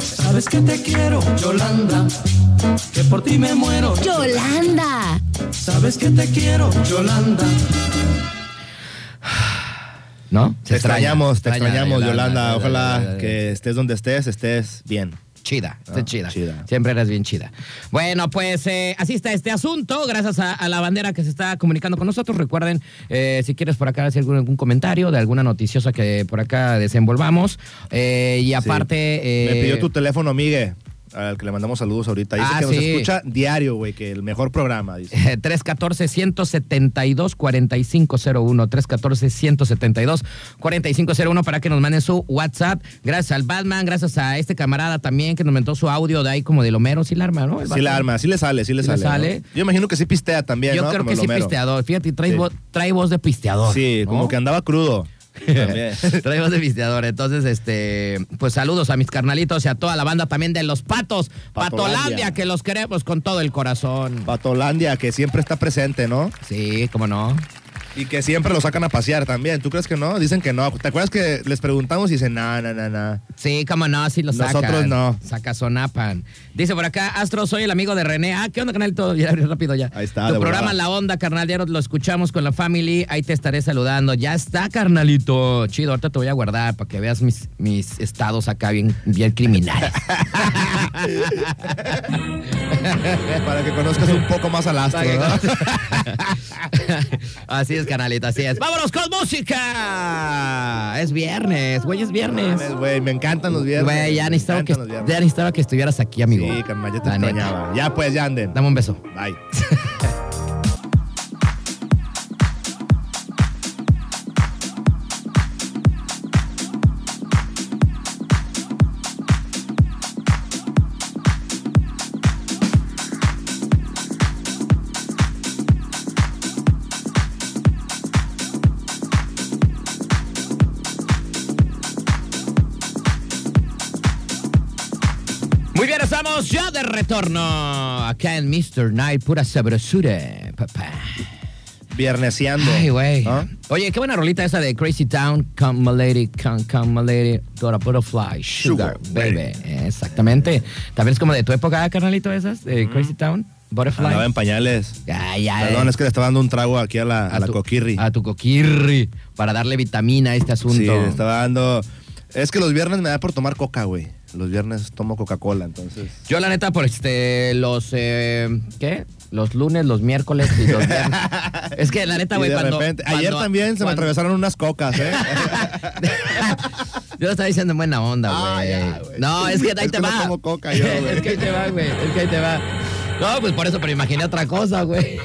[SPEAKER 8] sabes que te quiero, Yolanda, que por ti me muero.
[SPEAKER 6] Yolanda.
[SPEAKER 8] Sabes que te quiero, Yolanda.
[SPEAKER 2] ¿No?
[SPEAKER 3] Te
[SPEAKER 2] Se extraña,
[SPEAKER 3] extrañamos, te
[SPEAKER 2] extraña a
[SPEAKER 3] extrañamos, Yolanda. Ojalá
[SPEAKER 2] Yolanda,
[SPEAKER 3] que estés donde estés, estés bien.
[SPEAKER 2] Chida, estés
[SPEAKER 3] Ah,
[SPEAKER 2] chida.
[SPEAKER 3] chida.
[SPEAKER 2] Siempre eres bien chida. Bueno, pues eh, así está este asunto. Gracias a, a la bandera que se está comunicando con nosotros. Recuerden, eh, si quieres por acá hacer algún, algún comentario de alguna noticiosa que por acá desenvolvamos. Eh, y
[SPEAKER 3] Sí.
[SPEAKER 2] aparte. eh,
[SPEAKER 3] Me pidió tu teléfono, Migue, al que le mandamos saludos ahorita. Dice
[SPEAKER 2] Ah,
[SPEAKER 3] que nos
[SPEAKER 2] sí.
[SPEAKER 3] escucha diario, güey, que el mejor programa, dice.
[SPEAKER 2] Eh, 314-172-4501. 314-172-4501 para que nos manden su WhatsApp. Gracias al Batman, gracias a este camarada también que nos mentó su audio de ahí como del Homero. Sí la arma, ¿no? El
[SPEAKER 3] Sí
[SPEAKER 2] Batman.
[SPEAKER 3] la arma, sí le sale, sí le
[SPEAKER 2] Sí le
[SPEAKER 3] sale. ¿no?
[SPEAKER 2] sale.
[SPEAKER 3] Yo imagino que sí pistea también,
[SPEAKER 2] Yo
[SPEAKER 3] ¿no?
[SPEAKER 2] creo
[SPEAKER 3] Como
[SPEAKER 2] que
[SPEAKER 3] el
[SPEAKER 2] sí,
[SPEAKER 3] Homero.
[SPEAKER 2] pisteador. Fíjate, trae,
[SPEAKER 3] Sí.
[SPEAKER 2] vo- trae voz de pisteador.
[SPEAKER 3] Sí,
[SPEAKER 2] ¿no?
[SPEAKER 3] como que andaba crudo. También.
[SPEAKER 2] Trae voz de pisteador. Entonces, este, pues saludos a mis carnalitos y a toda la banda también de los patos.
[SPEAKER 3] Patolandia.
[SPEAKER 2] Patolandia, que los queremos con todo el corazón.
[SPEAKER 3] Patolandia, que siempre está presente, ¿no?
[SPEAKER 2] Sí, cómo no.
[SPEAKER 3] Y que siempre lo sacan a pasear también. ¿Tú crees que no? Dicen que no. ¿Te acuerdas que les preguntamos y dicen, no, no, no, no?
[SPEAKER 2] Sí, cómo no, sí lo sacan.
[SPEAKER 3] Nosotros no.
[SPEAKER 2] Sacazonapan. Dice por acá, Astro, soy el amigo de René. Ah, ¿qué onda, canal? Todo ya, rápido ya.
[SPEAKER 3] Ahí está,
[SPEAKER 2] Tu
[SPEAKER 3] de
[SPEAKER 2] programa
[SPEAKER 3] volada.
[SPEAKER 2] La Onda, carnal, ya nos lo escuchamos con la family. Ahí te estaré saludando. Ya está, carnalito. Chido, ahorita te voy a guardar para que veas mis, mis estados acá bien, bien criminales.
[SPEAKER 3] Para que conozcas un poco más al astro, ¿no?
[SPEAKER 2] así es, carnalito, así es. ¡Vámonos con música! Es viernes, güey, es viernes.
[SPEAKER 3] Mames, güey, me encantan los viernes.
[SPEAKER 2] Güey, ya
[SPEAKER 3] me
[SPEAKER 2] necesitaba, que,
[SPEAKER 3] encantan los viernes.
[SPEAKER 2] ya necesitaba que estuvieras aquí, amigo.
[SPEAKER 3] Sí, carnal, ya te
[SPEAKER 2] La neta.
[SPEAKER 3] extrañaba. Ya pues, ya anden.
[SPEAKER 2] Dame un beso.
[SPEAKER 3] Bye.
[SPEAKER 2] Muy bien, estamos ya de retorno acá en Mr. Night, pura sabrosura, papá.
[SPEAKER 3] Vierneseando.
[SPEAKER 2] Ay, güey.
[SPEAKER 3] ¿Ah?
[SPEAKER 2] Oye, qué buena rolita esa de Crazy Town, Come My Lady, Come, come My Lady, Got a Butterfly, Sugar,
[SPEAKER 3] Sugar,
[SPEAKER 2] Baby. Exactamente. También es como de tu época, ¿eh, carnalito, esas, de Crazy Town, Butterfly.
[SPEAKER 3] Andaba en pañales.
[SPEAKER 2] Ay, ay.
[SPEAKER 3] Perdón, es que le estaba dando un trago aquí a la, a la
[SPEAKER 2] tu-
[SPEAKER 3] coquirri.
[SPEAKER 2] A tu coquirri, para darle vitamina a este asunto.
[SPEAKER 3] Sí, le estaba dando. Es que los viernes me da por tomar coca, güey. Los viernes tomo Coca-Cola, entonces.
[SPEAKER 2] Yo la neta, por este, los, eh, ¿qué? Los lunes, los miércoles y los viernes. es que la neta,
[SPEAKER 3] Y
[SPEAKER 2] güey,
[SPEAKER 3] de
[SPEAKER 2] cuando,
[SPEAKER 3] repente- ayer
[SPEAKER 2] cuando-
[SPEAKER 3] también se me
[SPEAKER 2] cuando-
[SPEAKER 3] atravesaron unas cocas, ¿eh?
[SPEAKER 2] Yo lo estaba diciendo en buena onda,
[SPEAKER 3] Ah,
[SPEAKER 2] güey.
[SPEAKER 3] ya, güey.
[SPEAKER 2] no, es que ahí te
[SPEAKER 3] Es que no
[SPEAKER 2] va.
[SPEAKER 3] como coca yo, güey.
[SPEAKER 2] es que ahí te va, güey. Es que ahí te va. No, pues por eso, pero imaginé otra cosa, güey.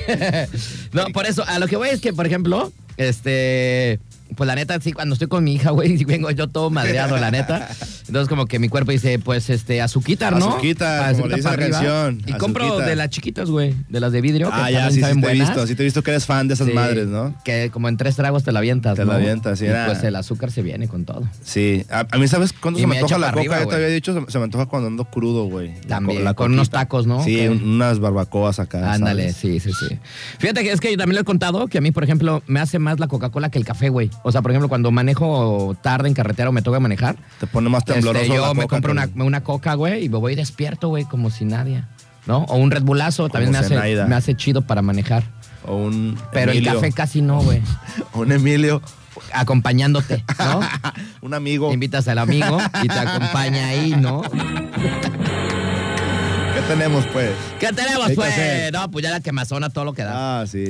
[SPEAKER 2] no, por eso, a lo que voy es que, por ejemplo, este. Pues la neta, sí, cuando estoy con mi hija, güey, y vengo yo todo madreado, la neta. Entonces, como que mi cuerpo dice, pues, este, azuquita, ¿no?
[SPEAKER 3] Azuquita, como le dice
[SPEAKER 2] para
[SPEAKER 3] la
[SPEAKER 2] arriba.
[SPEAKER 3] canción,
[SPEAKER 2] Y compro
[SPEAKER 3] azuquita.
[SPEAKER 2] de las chiquitas, güey, de las de vidrio.
[SPEAKER 3] ah,
[SPEAKER 2] que
[SPEAKER 3] ya,
[SPEAKER 2] también
[SPEAKER 3] sí, sí,
[SPEAKER 2] saben
[SPEAKER 3] te he
[SPEAKER 2] buenas.
[SPEAKER 3] visto. Sí, te he visto que eres fan de esas
[SPEAKER 2] Sí,
[SPEAKER 3] madres, ¿no?
[SPEAKER 2] Que como en tres tragos te la avientas,
[SPEAKER 3] Te la
[SPEAKER 2] ¿no?
[SPEAKER 3] avientas, Ah, sí,
[SPEAKER 2] Y
[SPEAKER 3] era-
[SPEAKER 2] pues el azúcar se viene con todo.
[SPEAKER 3] Sí. A, a mí, ¿sabes cuándo
[SPEAKER 2] Y
[SPEAKER 3] se me
[SPEAKER 2] me
[SPEAKER 3] antoja
[SPEAKER 2] echa
[SPEAKER 3] la
[SPEAKER 2] para arriba,
[SPEAKER 3] coca? Yo te
[SPEAKER 2] güey.
[SPEAKER 3] había dicho, se, se me antoja cuando ando crudo, güey. La
[SPEAKER 2] También,
[SPEAKER 3] co- la
[SPEAKER 2] con unos
[SPEAKER 3] coquita.
[SPEAKER 2] tacos, ¿no?
[SPEAKER 3] Sí,
[SPEAKER 2] Ok.
[SPEAKER 3] un- unas barbacoas acá.
[SPEAKER 2] Ándale,
[SPEAKER 3] ¿sabes?
[SPEAKER 2] sí, sí, sí. Fíjate que es que yo también lo he contado que a mí, por ejemplo, me hace más la Coca-Cola que el café, güey. O sea, por ejemplo, cuando manejo tarde en carretera o me toca manejar,
[SPEAKER 3] Te pone más
[SPEAKER 2] este,
[SPEAKER 3] tembloroso.
[SPEAKER 2] yo
[SPEAKER 3] la
[SPEAKER 2] me
[SPEAKER 3] coca
[SPEAKER 2] compro
[SPEAKER 3] que-
[SPEAKER 2] una, una Coca, güey, y me voy despierto, güey, como si nadie, ¿no? O un Red Bullazo también me hace,
[SPEAKER 3] Zenaida.
[SPEAKER 2] me hace chido para manejar.
[SPEAKER 3] O un.
[SPEAKER 2] Pero
[SPEAKER 3] Emilio.
[SPEAKER 2] el café casi no, güey.
[SPEAKER 3] Un Emilio.
[SPEAKER 2] Acompañándote, ¿no?
[SPEAKER 3] un amigo.
[SPEAKER 2] Te
[SPEAKER 3] Que
[SPEAKER 2] invitas al amigo y te acompaña ahí, ¿no?
[SPEAKER 3] te tenemos, pues?
[SPEAKER 2] ¿Qué tenemos,
[SPEAKER 3] Hay que
[SPEAKER 2] pues?
[SPEAKER 3] hacer.
[SPEAKER 2] no, pues ya la quemazona, todo lo que da.
[SPEAKER 3] Ah, sí.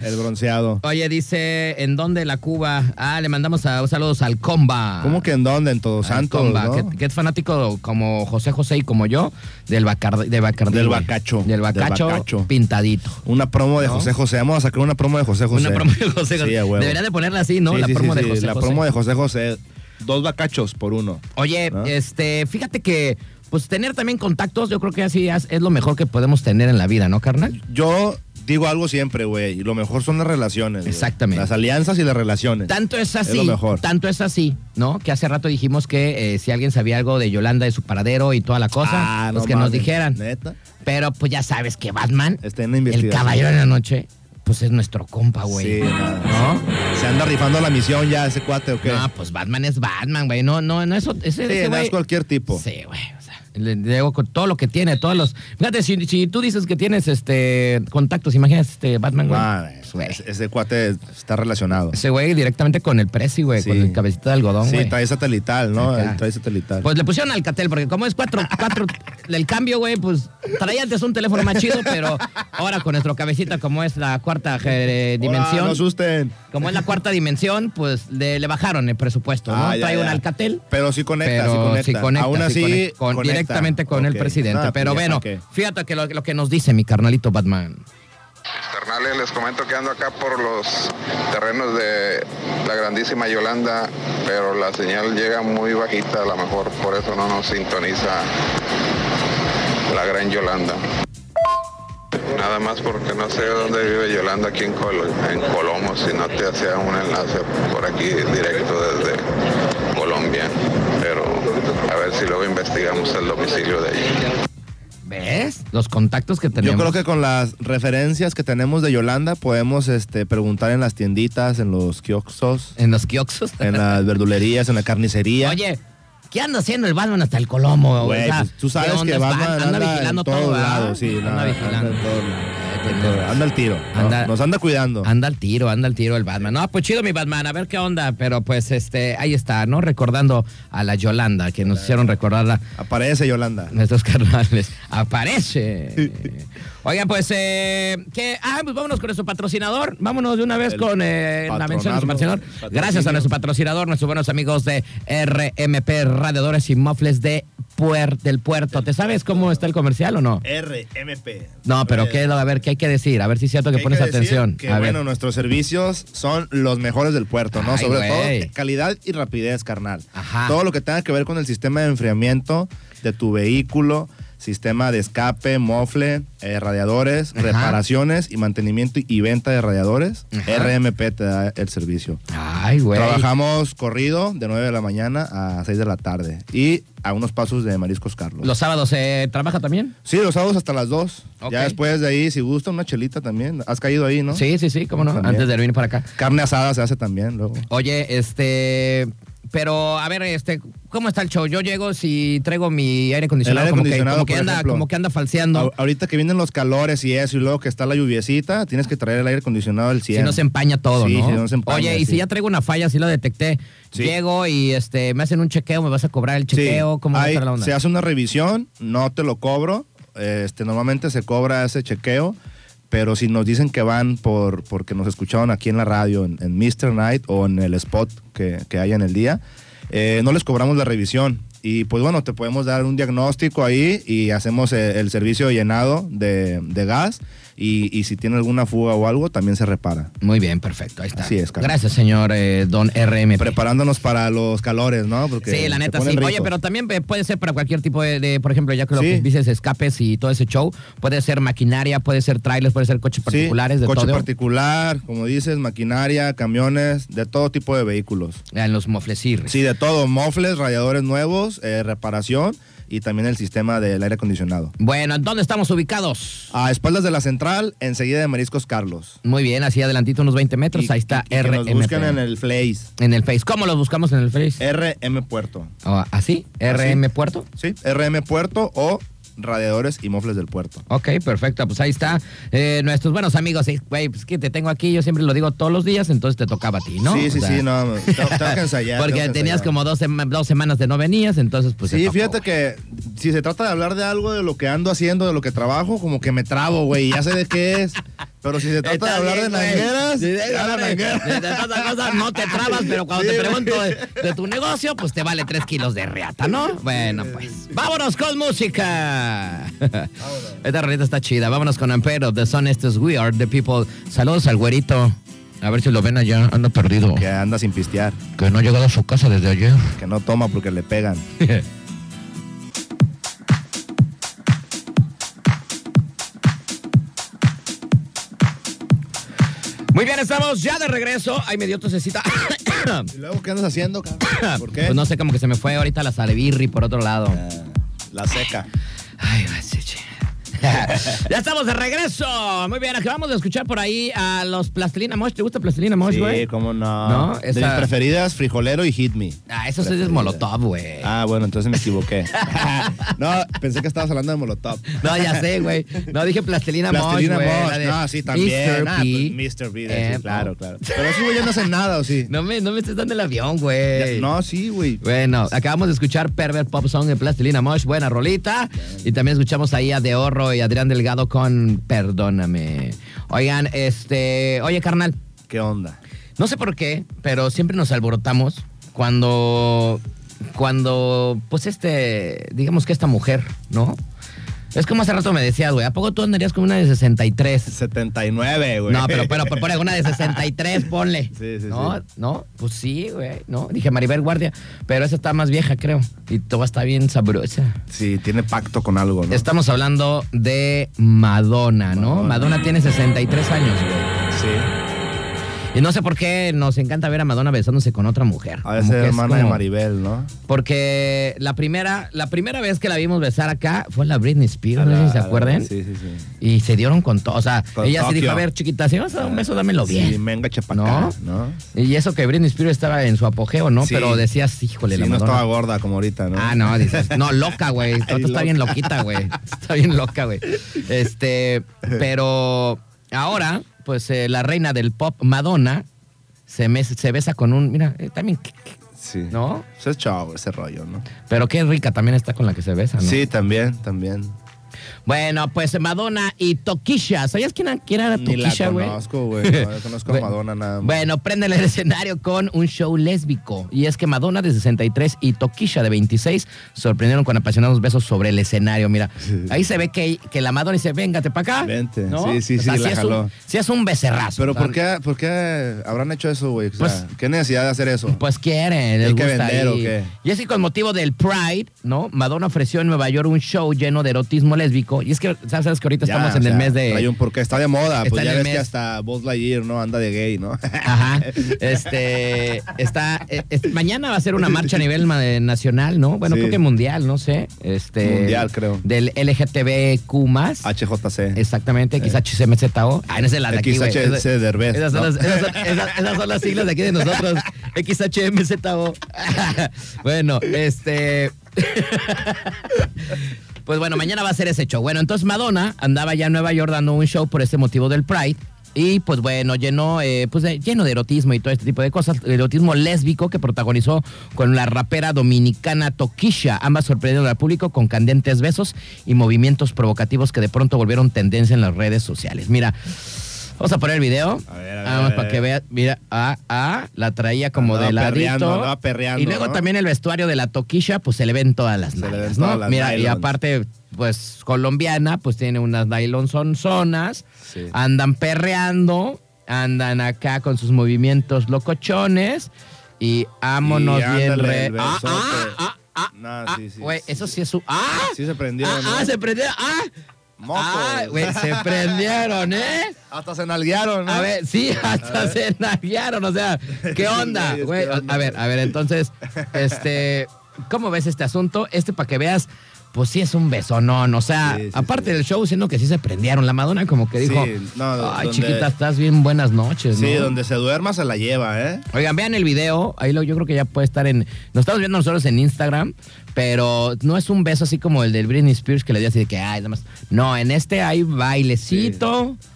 [SPEAKER 3] El bronceado.
[SPEAKER 2] Oye, dice, ¿en dónde la Cuba? Ah, le mandamos a- saludos al Comba.
[SPEAKER 3] ¿Cómo que en dónde? En Todos
[SPEAKER 2] Al
[SPEAKER 3] Santos,
[SPEAKER 2] Ah, Comba,
[SPEAKER 3] ¿no?
[SPEAKER 2] que, que es fanático como José José y como yo, del Bacardí. De Bacardí,
[SPEAKER 3] Del
[SPEAKER 2] güey.
[SPEAKER 3] bacacho,
[SPEAKER 2] Del
[SPEAKER 3] del
[SPEAKER 2] Bacacho,
[SPEAKER 3] bacacho.
[SPEAKER 2] pintadito.
[SPEAKER 3] Una promo de
[SPEAKER 2] ¿No?
[SPEAKER 3] José José. Vamos a sacar una promo de José José.
[SPEAKER 2] Una promo de José José.
[SPEAKER 3] Sí, a huevo.
[SPEAKER 2] Deberían de ponerla así, ¿no?
[SPEAKER 3] Sí,
[SPEAKER 2] la
[SPEAKER 3] sí,
[SPEAKER 2] promo
[SPEAKER 3] sí,
[SPEAKER 2] de
[SPEAKER 3] sí,
[SPEAKER 2] José
[SPEAKER 3] La
[SPEAKER 2] José.
[SPEAKER 3] promo de ¿Ah? José José. Dos bacachos por uno.
[SPEAKER 2] Oye,
[SPEAKER 3] ¿no?
[SPEAKER 2] este, fíjate que, pues tener también contactos, yo creo que así es, es lo mejor que podemos tener en la vida, ¿no, carnal?
[SPEAKER 3] Yo digo algo siempre, güey. y Lo mejor son las relaciones. güey.
[SPEAKER 2] Exactamente.
[SPEAKER 3] Las alianzas y las relaciones.
[SPEAKER 2] Tanto es así,
[SPEAKER 3] lo mejor.
[SPEAKER 2] tanto es así, ¿no? Que hace rato dijimos que eh, si alguien sabía algo de Yolanda, de su paradero y toda la cosa,
[SPEAKER 3] Ah,
[SPEAKER 2] pues
[SPEAKER 3] no
[SPEAKER 2] que nos
[SPEAKER 3] mames.
[SPEAKER 2] dijeran.
[SPEAKER 3] Neta.
[SPEAKER 2] Pero pues ya sabes que Batman,
[SPEAKER 3] Está en
[SPEAKER 2] el
[SPEAKER 3] investigación.
[SPEAKER 2] caballero de la noche, pues es nuestro compa, güey.
[SPEAKER 3] Sí, no.
[SPEAKER 2] ¿No?
[SPEAKER 3] Se anda rifando la misión ya ese cuate, ¿o qué?
[SPEAKER 2] No, pues Batman es Batman, güey. No, no, no, eso, ese,
[SPEAKER 3] Sí,
[SPEAKER 2] ese
[SPEAKER 3] no
[SPEAKER 2] güey-
[SPEAKER 3] es cualquier tipo.
[SPEAKER 2] Sí, güey. O sea, le digo con todo lo que tiene, todos los. Fíjate, si, si tú dices que tienes este contactos, imagínate este Batman, güey.
[SPEAKER 3] Ah,
[SPEAKER 2] Güey.
[SPEAKER 3] ese, ese cuate está relacionado.
[SPEAKER 2] Ese güey directamente con el Prezi, güey,
[SPEAKER 3] Sí.
[SPEAKER 2] con el cabecito de algodón,
[SPEAKER 3] sí,
[SPEAKER 2] güey.
[SPEAKER 3] trae satelital, ¿no?
[SPEAKER 2] Acá.
[SPEAKER 3] Trae satelital.
[SPEAKER 2] Pues le pusieron Alcatel, porque como es cuatro, cuatro, el cambio, güey, pues traía antes un teléfono más chido, pero ahora con nuestro cabecita, como es la cuarta eh,
[SPEAKER 3] Hola,
[SPEAKER 2] dimensión,
[SPEAKER 3] no asusten.
[SPEAKER 2] como es la cuarta dimensión, pues le, le bajaron el presupuesto, ¿no?
[SPEAKER 3] Ah, ya,
[SPEAKER 2] Trae un
[SPEAKER 3] ya.
[SPEAKER 2] Alcatel.
[SPEAKER 3] Pero sí conecta,
[SPEAKER 2] pero
[SPEAKER 3] sí conecta.
[SPEAKER 2] sí conecta,
[SPEAKER 3] Aún
[SPEAKER 2] sí
[SPEAKER 3] así,
[SPEAKER 2] conecta. Con-
[SPEAKER 3] conecta.
[SPEAKER 2] directamente con el
[SPEAKER 3] Ok.
[SPEAKER 2] presidente.
[SPEAKER 3] Ah,
[SPEAKER 2] pero
[SPEAKER 3] pues ya,
[SPEAKER 2] bueno,
[SPEAKER 3] ¿para qué?
[SPEAKER 2] fíjate que lo, lo que nos dice mi carnalito Batman.
[SPEAKER 7] Carnales, les comento que ando acá por los terrenos de la grandísima Yolanda, pero la señal llega muy bajita, a lo mejor por eso no nos sintoniza la gran Yolanda. Nada más porque no sé dónde vive Yolanda aquí en, Col- en Colombo, si no te hacía un enlace por aquí directo desde Colombia, pero a ver si luego investigamos el domicilio de ella.
[SPEAKER 2] ¿Ves? Los contactos que tenemos.
[SPEAKER 3] Yo creo que con las referencias que tenemos de Yolanda podemos este, preguntar en las tienditas, en los kioscos,
[SPEAKER 2] En los kioscos.
[SPEAKER 3] en las verdulerías, en la carnicería.
[SPEAKER 2] Oye, ¿qué anda haciendo el Batman hasta el Colomo?
[SPEAKER 3] Güey,
[SPEAKER 2] O sea,
[SPEAKER 3] pues, tú sabes
[SPEAKER 2] ¿qué onda?
[SPEAKER 3] que Batman
[SPEAKER 2] anda, vigilando
[SPEAKER 3] en todos
[SPEAKER 2] todo, ¿verdad?
[SPEAKER 3] lados, sí,
[SPEAKER 2] anda
[SPEAKER 3] nada,
[SPEAKER 2] vigilando.
[SPEAKER 3] en todos
[SPEAKER 2] Eh,
[SPEAKER 3] lados. En
[SPEAKER 2] tiene
[SPEAKER 3] todos lados.
[SPEAKER 2] razón.
[SPEAKER 3] Anda al tiro, ¿no?
[SPEAKER 2] Anda-
[SPEAKER 3] nos anda cuidando.
[SPEAKER 2] Anda al tiro, anda al tiro el Batman. No, pues chido mi Batman, a ver qué onda. Pero pues este, ahí está, ¿no? Recordando a la Yolanda, que nos hicieron recordarla
[SPEAKER 3] Aparece Yolanda.
[SPEAKER 2] nuestros carnales. Aparece. Oiga, pues, eh, ¿qué? Ah, pues vámonos con nuestro patrocinador. Vámonos de una vez
[SPEAKER 3] El
[SPEAKER 2] con eh, la mención de nuestro patrocinador.
[SPEAKER 3] patronato, patrocinio.
[SPEAKER 2] Gracias a nuestro patrocinador, nuestros buenos amigos de RMP Radiadores y Mofles de Puer- del Puerto. ¿Te sabes cómo está el comercial o no?
[SPEAKER 3] RMP.
[SPEAKER 2] No, pero ¿qué, a ver, ¿qué hay que decir? A ver si es cierto que
[SPEAKER 3] Eh, Hay
[SPEAKER 2] pones
[SPEAKER 3] decir
[SPEAKER 2] atención.
[SPEAKER 3] que,
[SPEAKER 2] a ver.
[SPEAKER 3] bueno, nuestros servicios son los mejores del puerto, ¿no?
[SPEAKER 2] Ay,
[SPEAKER 3] Sobre
[SPEAKER 2] güey.
[SPEAKER 3] todo calidad y rapidez, carnal.
[SPEAKER 2] Ajá.
[SPEAKER 3] Todo lo que tenga que ver con el sistema de enfriamiento de tu vehículo, sistema de escape, mofle, eh, radiadores,
[SPEAKER 2] Ajá.
[SPEAKER 3] reparaciones y mantenimiento y venta de radiadores,
[SPEAKER 2] Ajá.
[SPEAKER 3] RMP te da el servicio.
[SPEAKER 2] Ay, güey.
[SPEAKER 3] Trabajamos corrido de 9 de la mañana a 6 de la tarde y a unos pasos de Mariscos Carlos.
[SPEAKER 2] ¿Los sábados se trabaja también?
[SPEAKER 3] Sí, los sábados hasta las 2.
[SPEAKER 2] Ok.
[SPEAKER 3] Ya después de ahí, si gusta, una chelita también. Has caído ahí, ¿no?
[SPEAKER 2] Sí, sí, sí, cómo no.
[SPEAKER 3] También.
[SPEAKER 2] Antes de venir para acá.
[SPEAKER 3] Carne asada se hace también luego.
[SPEAKER 2] Oye, este, pero a ver, este, ¿cómo está el show? Yo llego si traigo mi aire acondicionado,
[SPEAKER 3] El aire
[SPEAKER 2] como, que-
[SPEAKER 3] acondicionado,
[SPEAKER 2] como que,
[SPEAKER 3] por
[SPEAKER 2] anda,
[SPEAKER 3] ejemplo.
[SPEAKER 2] como que anda falseando,
[SPEAKER 3] A- Ahorita que vienen los calores y eso, y luego que está la lluviecita, tienes que traer el aire acondicionado al 100.
[SPEAKER 2] si no se empaña todo,
[SPEAKER 3] Sí,
[SPEAKER 2] ¿no?
[SPEAKER 3] si no se empaña,
[SPEAKER 2] Oye, y si
[SPEAKER 3] sí.
[SPEAKER 2] ya traigo una falla, si lo detecté,
[SPEAKER 3] Sí.
[SPEAKER 2] llego y este, me hacen un chequeo, me vas a cobrar el
[SPEAKER 3] Sí.
[SPEAKER 2] chequeo, ¿cómo va a
[SPEAKER 3] Ahí
[SPEAKER 2] estar la onda?
[SPEAKER 3] Se hace una revisión, no te lo cobro. Este, normalmente se cobra ese chequeo, pero si nos dicen que van por porque nos escucharon aquí en la radio, en, en Mr. Night o en el spot que, que haya en el día, eh, no les cobramos la revisión. Y pues bueno, te podemos dar un diagnóstico ahí y hacemos eh, el servicio de llenado de, de gas. Y, y si tiene alguna fuga o algo, también se repara.
[SPEAKER 2] Muy bien, perfecto, ahí está.
[SPEAKER 3] Así es, carnal.
[SPEAKER 2] Gracias, señor eh, Don RM.
[SPEAKER 3] Preparándonos para los calores, ¿no? Porque
[SPEAKER 2] Sí, la
[SPEAKER 3] se
[SPEAKER 2] neta, sí.
[SPEAKER 3] ponen
[SPEAKER 2] Oye,
[SPEAKER 3] ricos.
[SPEAKER 2] pero también eh, puede ser para cualquier tipo de, de, por ejemplo, ya que lo
[SPEAKER 3] Sí.
[SPEAKER 2] que dices, escapes y todo ese show, puede ser maquinaria, puede ser trailers, puede ser coches particulares,
[SPEAKER 3] sí,
[SPEAKER 2] de
[SPEAKER 3] coche
[SPEAKER 2] todo.
[SPEAKER 3] particular, como dices, maquinaria, camiones, de todo tipo de vehículos.
[SPEAKER 2] en los moflecirres.
[SPEAKER 3] Sí, de todo, mofles, radiadores nuevos, eh, reparación y también el sistema del aire acondicionado.
[SPEAKER 2] Bueno, ¿dónde estamos ubicados?
[SPEAKER 3] A espaldas de la central, enseguida de Mariscos Carlos.
[SPEAKER 2] Muy bien, así adelantito unos 20 metros,
[SPEAKER 3] Y-
[SPEAKER 2] ahí está
[SPEAKER 3] y- y que
[SPEAKER 2] RMP.
[SPEAKER 3] nos busquen en el Eh. Flays.
[SPEAKER 2] En el Face. ¿Cómo los buscamos en el Face? Oh,
[SPEAKER 3] RM Puerto.
[SPEAKER 2] Ah, ¿Así? ¿RM Puerto?
[SPEAKER 3] Sí, RM Puerto o radiadores y mofles del puerto.
[SPEAKER 2] Ok, perfecto. Pues ahí está. Eh, nuestros buenos amigos. Sí, Güey, pues que te tengo aquí. Yo siempre lo digo todos los días, entonces te tocaba a ti, ¿no?
[SPEAKER 3] sí,
[SPEAKER 2] O
[SPEAKER 3] sí,
[SPEAKER 2] sea,
[SPEAKER 3] sí, no, tengo, tengo que ensayar.
[SPEAKER 2] Porque
[SPEAKER 3] tengo que
[SPEAKER 2] tenías
[SPEAKER 3] ensayar.
[SPEAKER 2] como dos, sema- dos semanas de no venías, entonces pues. te
[SPEAKER 3] Sí,
[SPEAKER 2] tocó,
[SPEAKER 3] fíjate
[SPEAKER 2] güey.
[SPEAKER 3] que si se trata de hablar de algo, de lo que ando haciendo, de lo que trabajo, como que me trabo, güey, ya sé de qué es. Pero si se trata
[SPEAKER 2] Está
[SPEAKER 3] de hablar
[SPEAKER 2] bien,
[SPEAKER 3] de
[SPEAKER 2] güey.
[SPEAKER 3] nangueras,
[SPEAKER 2] Sí, sí,
[SPEAKER 3] ya la
[SPEAKER 2] hombre,
[SPEAKER 3] nanguera.
[SPEAKER 2] de- de todas las cosas no te trabas, pero cuando
[SPEAKER 3] Sí,
[SPEAKER 2] te
[SPEAKER 3] güey.
[SPEAKER 2] pregunto de, de tu negocio, pues te vale tres kilos de reata, ¿no? Bueno, pues. ¡Vámonos con música! Esta rolita está chida. Vámonos con Ampero. The Sun, esto es We Are The People. Saludos al güerito. A ver si lo ven allá. Anda perdido.
[SPEAKER 3] Que anda sin pistear,
[SPEAKER 2] Que no ha llegado a su casa desde ayer.
[SPEAKER 3] que no toma porque le pegan.
[SPEAKER 2] Muy bien, estamos ya de regreso. Ay, me dio tosecita.
[SPEAKER 3] ¿Y luego qué andas haciendo, cabrón? ¿Por qué?
[SPEAKER 2] Pues no sé, como que se me fue ahorita la salebirri por otro lado.
[SPEAKER 3] Ah, La seca.
[SPEAKER 2] Ay, va a ser chi- ya estamos de regreso. Muy bien, acabamos de escuchar por ahí a los Plastilina Mosh. ¿Te gusta Plastilina Mosh, güey?
[SPEAKER 3] Sí, cómo no.
[SPEAKER 2] No,
[SPEAKER 3] De mis
[SPEAKER 2] esa-
[SPEAKER 3] preferidas, frijolero y hit me.
[SPEAKER 2] Ah, eso sí es
[SPEAKER 3] Preferida.
[SPEAKER 2] Molotov, güey.
[SPEAKER 3] Ah, bueno, entonces me equivoqué. no, pensé que estabas hablando de Molotov.
[SPEAKER 2] No, ya sé, güey. No, dije Plastilina Mosh,
[SPEAKER 3] Plastilina
[SPEAKER 2] güey,
[SPEAKER 3] Mosh,
[SPEAKER 2] la de
[SPEAKER 3] no, sí, también.
[SPEAKER 2] Mr.
[SPEAKER 3] Ah,
[SPEAKER 2] P.
[SPEAKER 3] pues, Mr. P, de- sí,
[SPEAKER 2] Eh,
[SPEAKER 3] claro,
[SPEAKER 2] no.
[SPEAKER 3] claro. Pero esos güeyes no hacen nada, ¿o sí?
[SPEAKER 2] No me, no me estés dando el avión, güey.
[SPEAKER 3] No, sí, güey.
[SPEAKER 2] Bueno, acabamos de escuchar Pervert Pop Song de Plastilina Mosh, buena rolita. Y también escuchamos ahí a De Horro y Adrián Delgado con Perdóname. Oigan, este. Oye, carnal,
[SPEAKER 3] ¿Qué onda?
[SPEAKER 2] no sé por qué, pero siempre nos alborotamos cuando. Cuando, pues este. Digamos que esta mujer, ¿no? Es como hace rato me decías, güey, ¿a poco tú andarías con una de 63?
[SPEAKER 3] 79, güey.
[SPEAKER 2] No, pero, pero, pero ponle una de 63, ponle.
[SPEAKER 3] Sí, sí,
[SPEAKER 2] ¿No?
[SPEAKER 3] sí.
[SPEAKER 2] ¿No? Pues sí, güey. No, dije Maribel Guardia, pero esa está más vieja, creo. Y toda está bien sabrosa.
[SPEAKER 3] Sí, tiene pacto con algo, ¿no?
[SPEAKER 2] Estamos hablando de Madonna, ¿no? Madonna, tiene 63 años, güey.
[SPEAKER 3] Sí.
[SPEAKER 2] Y no sé por qué nos encanta ver a Madonna besándose con otra mujer.
[SPEAKER 3] A
[SPEAKER 2] Como
[SPEAKER 3] veces
[SPEAKER 2] que es
[SPEAKER 3] hermana de
[SPEAKER 2] como-
[SPEAKER 3] Maribel, ¿no?
[SPEAKER 2] Porque la primera, la primera vez que la vimos besar acá fue la Britney Spears,
[SPEAKER 3] A
[SPEAKER 2] no sé
[SPEAKER 3] la-
[SPEAKER 2] si se
[SPEAKER 3] a la-
[SPEAKER 2] acuerdan.
[SPEAKER 3] Sí, sí, sí.
[SPEAKER 2] Y se dieron con todo. O sea,
[SPEAKER 3] Con
[SPEAKER 2] ella se dijo,
[SPEAKER 3] Tokio.
[SPEAKER 2] a ver, chiquita, si vas a dar un beso, dámelo bien.
[SPEAKER 3] Sí, menga chapacá,
[SPEAKER 2] ¿No?
[SPEAKER 3] ¿no?
[SPEAKER 2] Y eso que Britney Spears estaba en su apogeo, ¿no?
[SPEAKER 3] Sí.
[SPEAKER 2] Pero decías, híjole,
[SPEAKER 3] Sí,
[SPEAKER 2] la
[SPEAKER 3] no
[SPEAKER 2] Madonna.
[SPEAKER 3] estaba gorda como ahorita, ¿no?
[SPEAKER 2] Ah, no, dices, no, loca, güey. Tota
[SPEAKER 3] Ay,
[SPEAKER 2] está
[SPEAKER 3] loca.
[SPEAKER 2] bien loquita, güey. Está bien loca, güey. Este, pero ahora, pues eh, la reina del pop, Madonna, se, mes- se besa con un, mira, eh, también,
[SPEAKER 3] Sí.
[SPEAKER 2] ¿no?
[SPEAKER 3] Eso es chavo, ese rollo, ¿no?
[SPEAKER 2] Pero qué rica también está con la que se besa, ¿no?
[SPEAKER 3] Sí, también, también.
[SPEAKER 2] Bueno, pues Madonna y Toquisha. ¿Sabías quién era, quién era
[SPEAKER 3] Ni la
[SPEAKER 2] Tokisha, Ah, güey?
[SPEAKER 3] conozco, güey. No, yo conozco a
[SPEAKER 2] Güey,
[SPEAKER 3] Madonna nada más.
[SPEAKER 2] Bueno, prenden el escenario con un show lésbico. Y es que Madonna de 63 y Toquisha de 26 sorprendieron con apasionados besos sobre el escenario. Mira,
[SPEAKER 3] Sí.
[SPEAKER 2] ahí se ve que, que la Madonna dice, véngate para acá.
[SPEAKER 3] Vente. Sí, sí, sí, la
[SPEAKER 2] es
[SPEAKER 3] jaló.
[SPEAKER 2] Un, sí es un becerrazo.
[SPEAKER 3] Pero
[SPEAKER 2] O sea,
[SPEAKER 3] ¿por qué, ¿por qué habrán hecho eso, güey? O sea,
[SPEAKER 2] Pues-
[SPEAKER 3] ¿Qué necesidad de hacer eso?
[SPEAKER 2] Pues quieren, les
[SPEAKER 3] ¿Hay que
[SPEAKER 2] gusta ahí.
[SPEAKER 3] vender o qué?
[SPEAKER 2] Y es que con motivo del Pride, ¿no? Madonna ofreció en Nueva York un show lleno de erotismo lésbico. Y es que, ¿sabes, sabes que ahorita
[SPEAKER 3] Ya,
[SPEAKER 2] estamos
[SPEAKER 3] o
[SPEAKER 2] en el
[SPEAKER 3] sea,
[SPEAKER 2] mes de...
[SPEAKER 3] Hay un porqué, está de moda.
[SPEAKER 2] Está
[SPEAKER 3] pues
[SPEAKER 2] en
[SPEAKER 3] ya
[SPEAKER 2] el
[SPEAKER 3] ves
[SPEAKER 2] mes.
[SPEAKER 3] que hasta Buzz Lightyear, ¿no? Anda de gay, ¿no?
[SPEAKER 2] Ajá. Este, está, eh, es- mañana va a ser una marcha a nivel ma- eh, nacional, ¿no? Bueno,
[SPEAKER 3] Sí.
[SPEAKER 2] creo que mundial, no sé. Este,
[SPEAKER 3] Mundial, creo. Ah,
[SPEAKER 2] Del LGTBQ+.
[SPEAKER 3] HJC.
[SPEAKER 2] Exactamente,
[SPEAKER 3] eh.
[SPEAKER 2] quizás HCMZO. Ah, no es la de aquí, güey.
[SPEAKER 3] XHC
[SPEAKER 2] Esa-
[SPEAKER 3] Derbez,
[SPEAKER 2] Esas son,
[SPEAKER 3] ¿no?
[SPEAKER 2] las, esas, son- esas- esas son las siglas de aquí de nosotros. XHMZO. bueno, este... Pues bueno, mañana va a ser ese show. Bueno, entonces Madonna andaba ya en Nueva York dando un show por ese motivo del Pride. Y pues bueno, llenó, eh, pues, de- lleno de erotismo y todo este tipo de cosas. Erotismo lésbico que protagonizó con la rapera dominicana Toquisha. Ambas sorprendieron al público con candentes besos y movimientos provocativos que de pronto volvieron tendencia en las redes sociales. Mira, vamos a poner el video.
[SPEAKER 3] A ver, a ver,
[SPEAKER 2] Nada más
[SPEAKER 3] a ver,
[SPEAKER 2] para
[SPEAKER 3] a
[SPEAKER 2] que
[SPEAKER 3] ver.
[SPEAKER 2] veas. Mira, ah, ah, la traía como
[SPEAKER 3] Andaba
[SPEAKER 2] de ladito.
[SPEAKER 3] perreando, andaba perreando,
[SPEAKER 2] y luego
[SPEAKER 3] ¿no?
[SPEAKER 2] también el vestuario de la Toquisha, pues se le ven todas las
[SPEAKER 3] Se le ven
[SPEAKER 2] nalgas, ¿no?
[SPEAKER 3] todas las
[SPEAKER 2] Mira, y
[SPEAKER 3] nylons.
[SPEAKER 2] aparte aparte, pues colombiana, pues tiene unas nylon sonzonas,
[SPEAKER 3] Sí.
[SPEAKER 2] andan perreando, andan acá con sus movimientos locochones y ámonos
[SPEAKER 3] Y
[SPEAKER 2] bien
[SPEAKER 3] ándale,
[SPEAKER 2] re.
[SPEAKER 3] el
[SPEAKER 2] Ah,
[SPEAKER 3] besote.
[SPEAKER 2] ah, ah, ah,
[SPEAKER 3] No,
[SPEAKER 2] ah,
[SPEAKER 3] sí, sí,
[SPEAKER 2] güey,
[SPEAKER 3] sí.
[SPEAKER 2] eso sí es su. ¡Ah!
[SPEAKER 3] Sí se prendieron,
[SPEAKER 2] ¡Ah!
[SPEAKER 3] ¿no?
[SPEAKER 2] ah, se prendieron! ¡Ah!
[SPEAKER 3] Mocos.
[SPEAKER 2] ¡Ah, güey! Se prendieron, ¿eh?
[SPEAKER 3] Hasta se nalguearon, ¿no?
[SPEAKER 2] A ver, sí, hasta se naviaron, o sea, ¿qué onda?
[SPEAKER 3] Güeyes,
[SPEAKER 2] güey?
[SPEAKER 3] ¿qué onda?
[SPEAKER 2] A ver, a ver, entonces, este, ¿cómo ves este asunto? Este para que veas Pues sí es un besonón, o sea,
[SPEAKER 3] Sí, sí,
[SPEAKER 2] aparte
[SPEAKER 3] sí.
[SPEAKER 2] del show, siendo que sí se prendieron. La Madonna como que
[SPEAKER 3] Sí,
[SPEAKER 2] dijo,
[SPEAKER 3] no,
[SPEAKER 2] ay
[SPEAKER 3] donde-
[SPEAKER 2] chiquita, estás bien, buenas noches.
[SPEAKER 3] Sí,
[SPEAKER 2] pues ¿no?
[SPEAKER 3] donde se duerma se la lleva, ¿eh?
[SPEAKER 2] Oigan, vean el video, ahí lo, yo creo que ya puede estar en... Nos estamos viendo nosotros en Instagram, pero no es un beso así como el del Britney Spears que le dio así de que, ay, nada más. No, en este hay bailecito. este,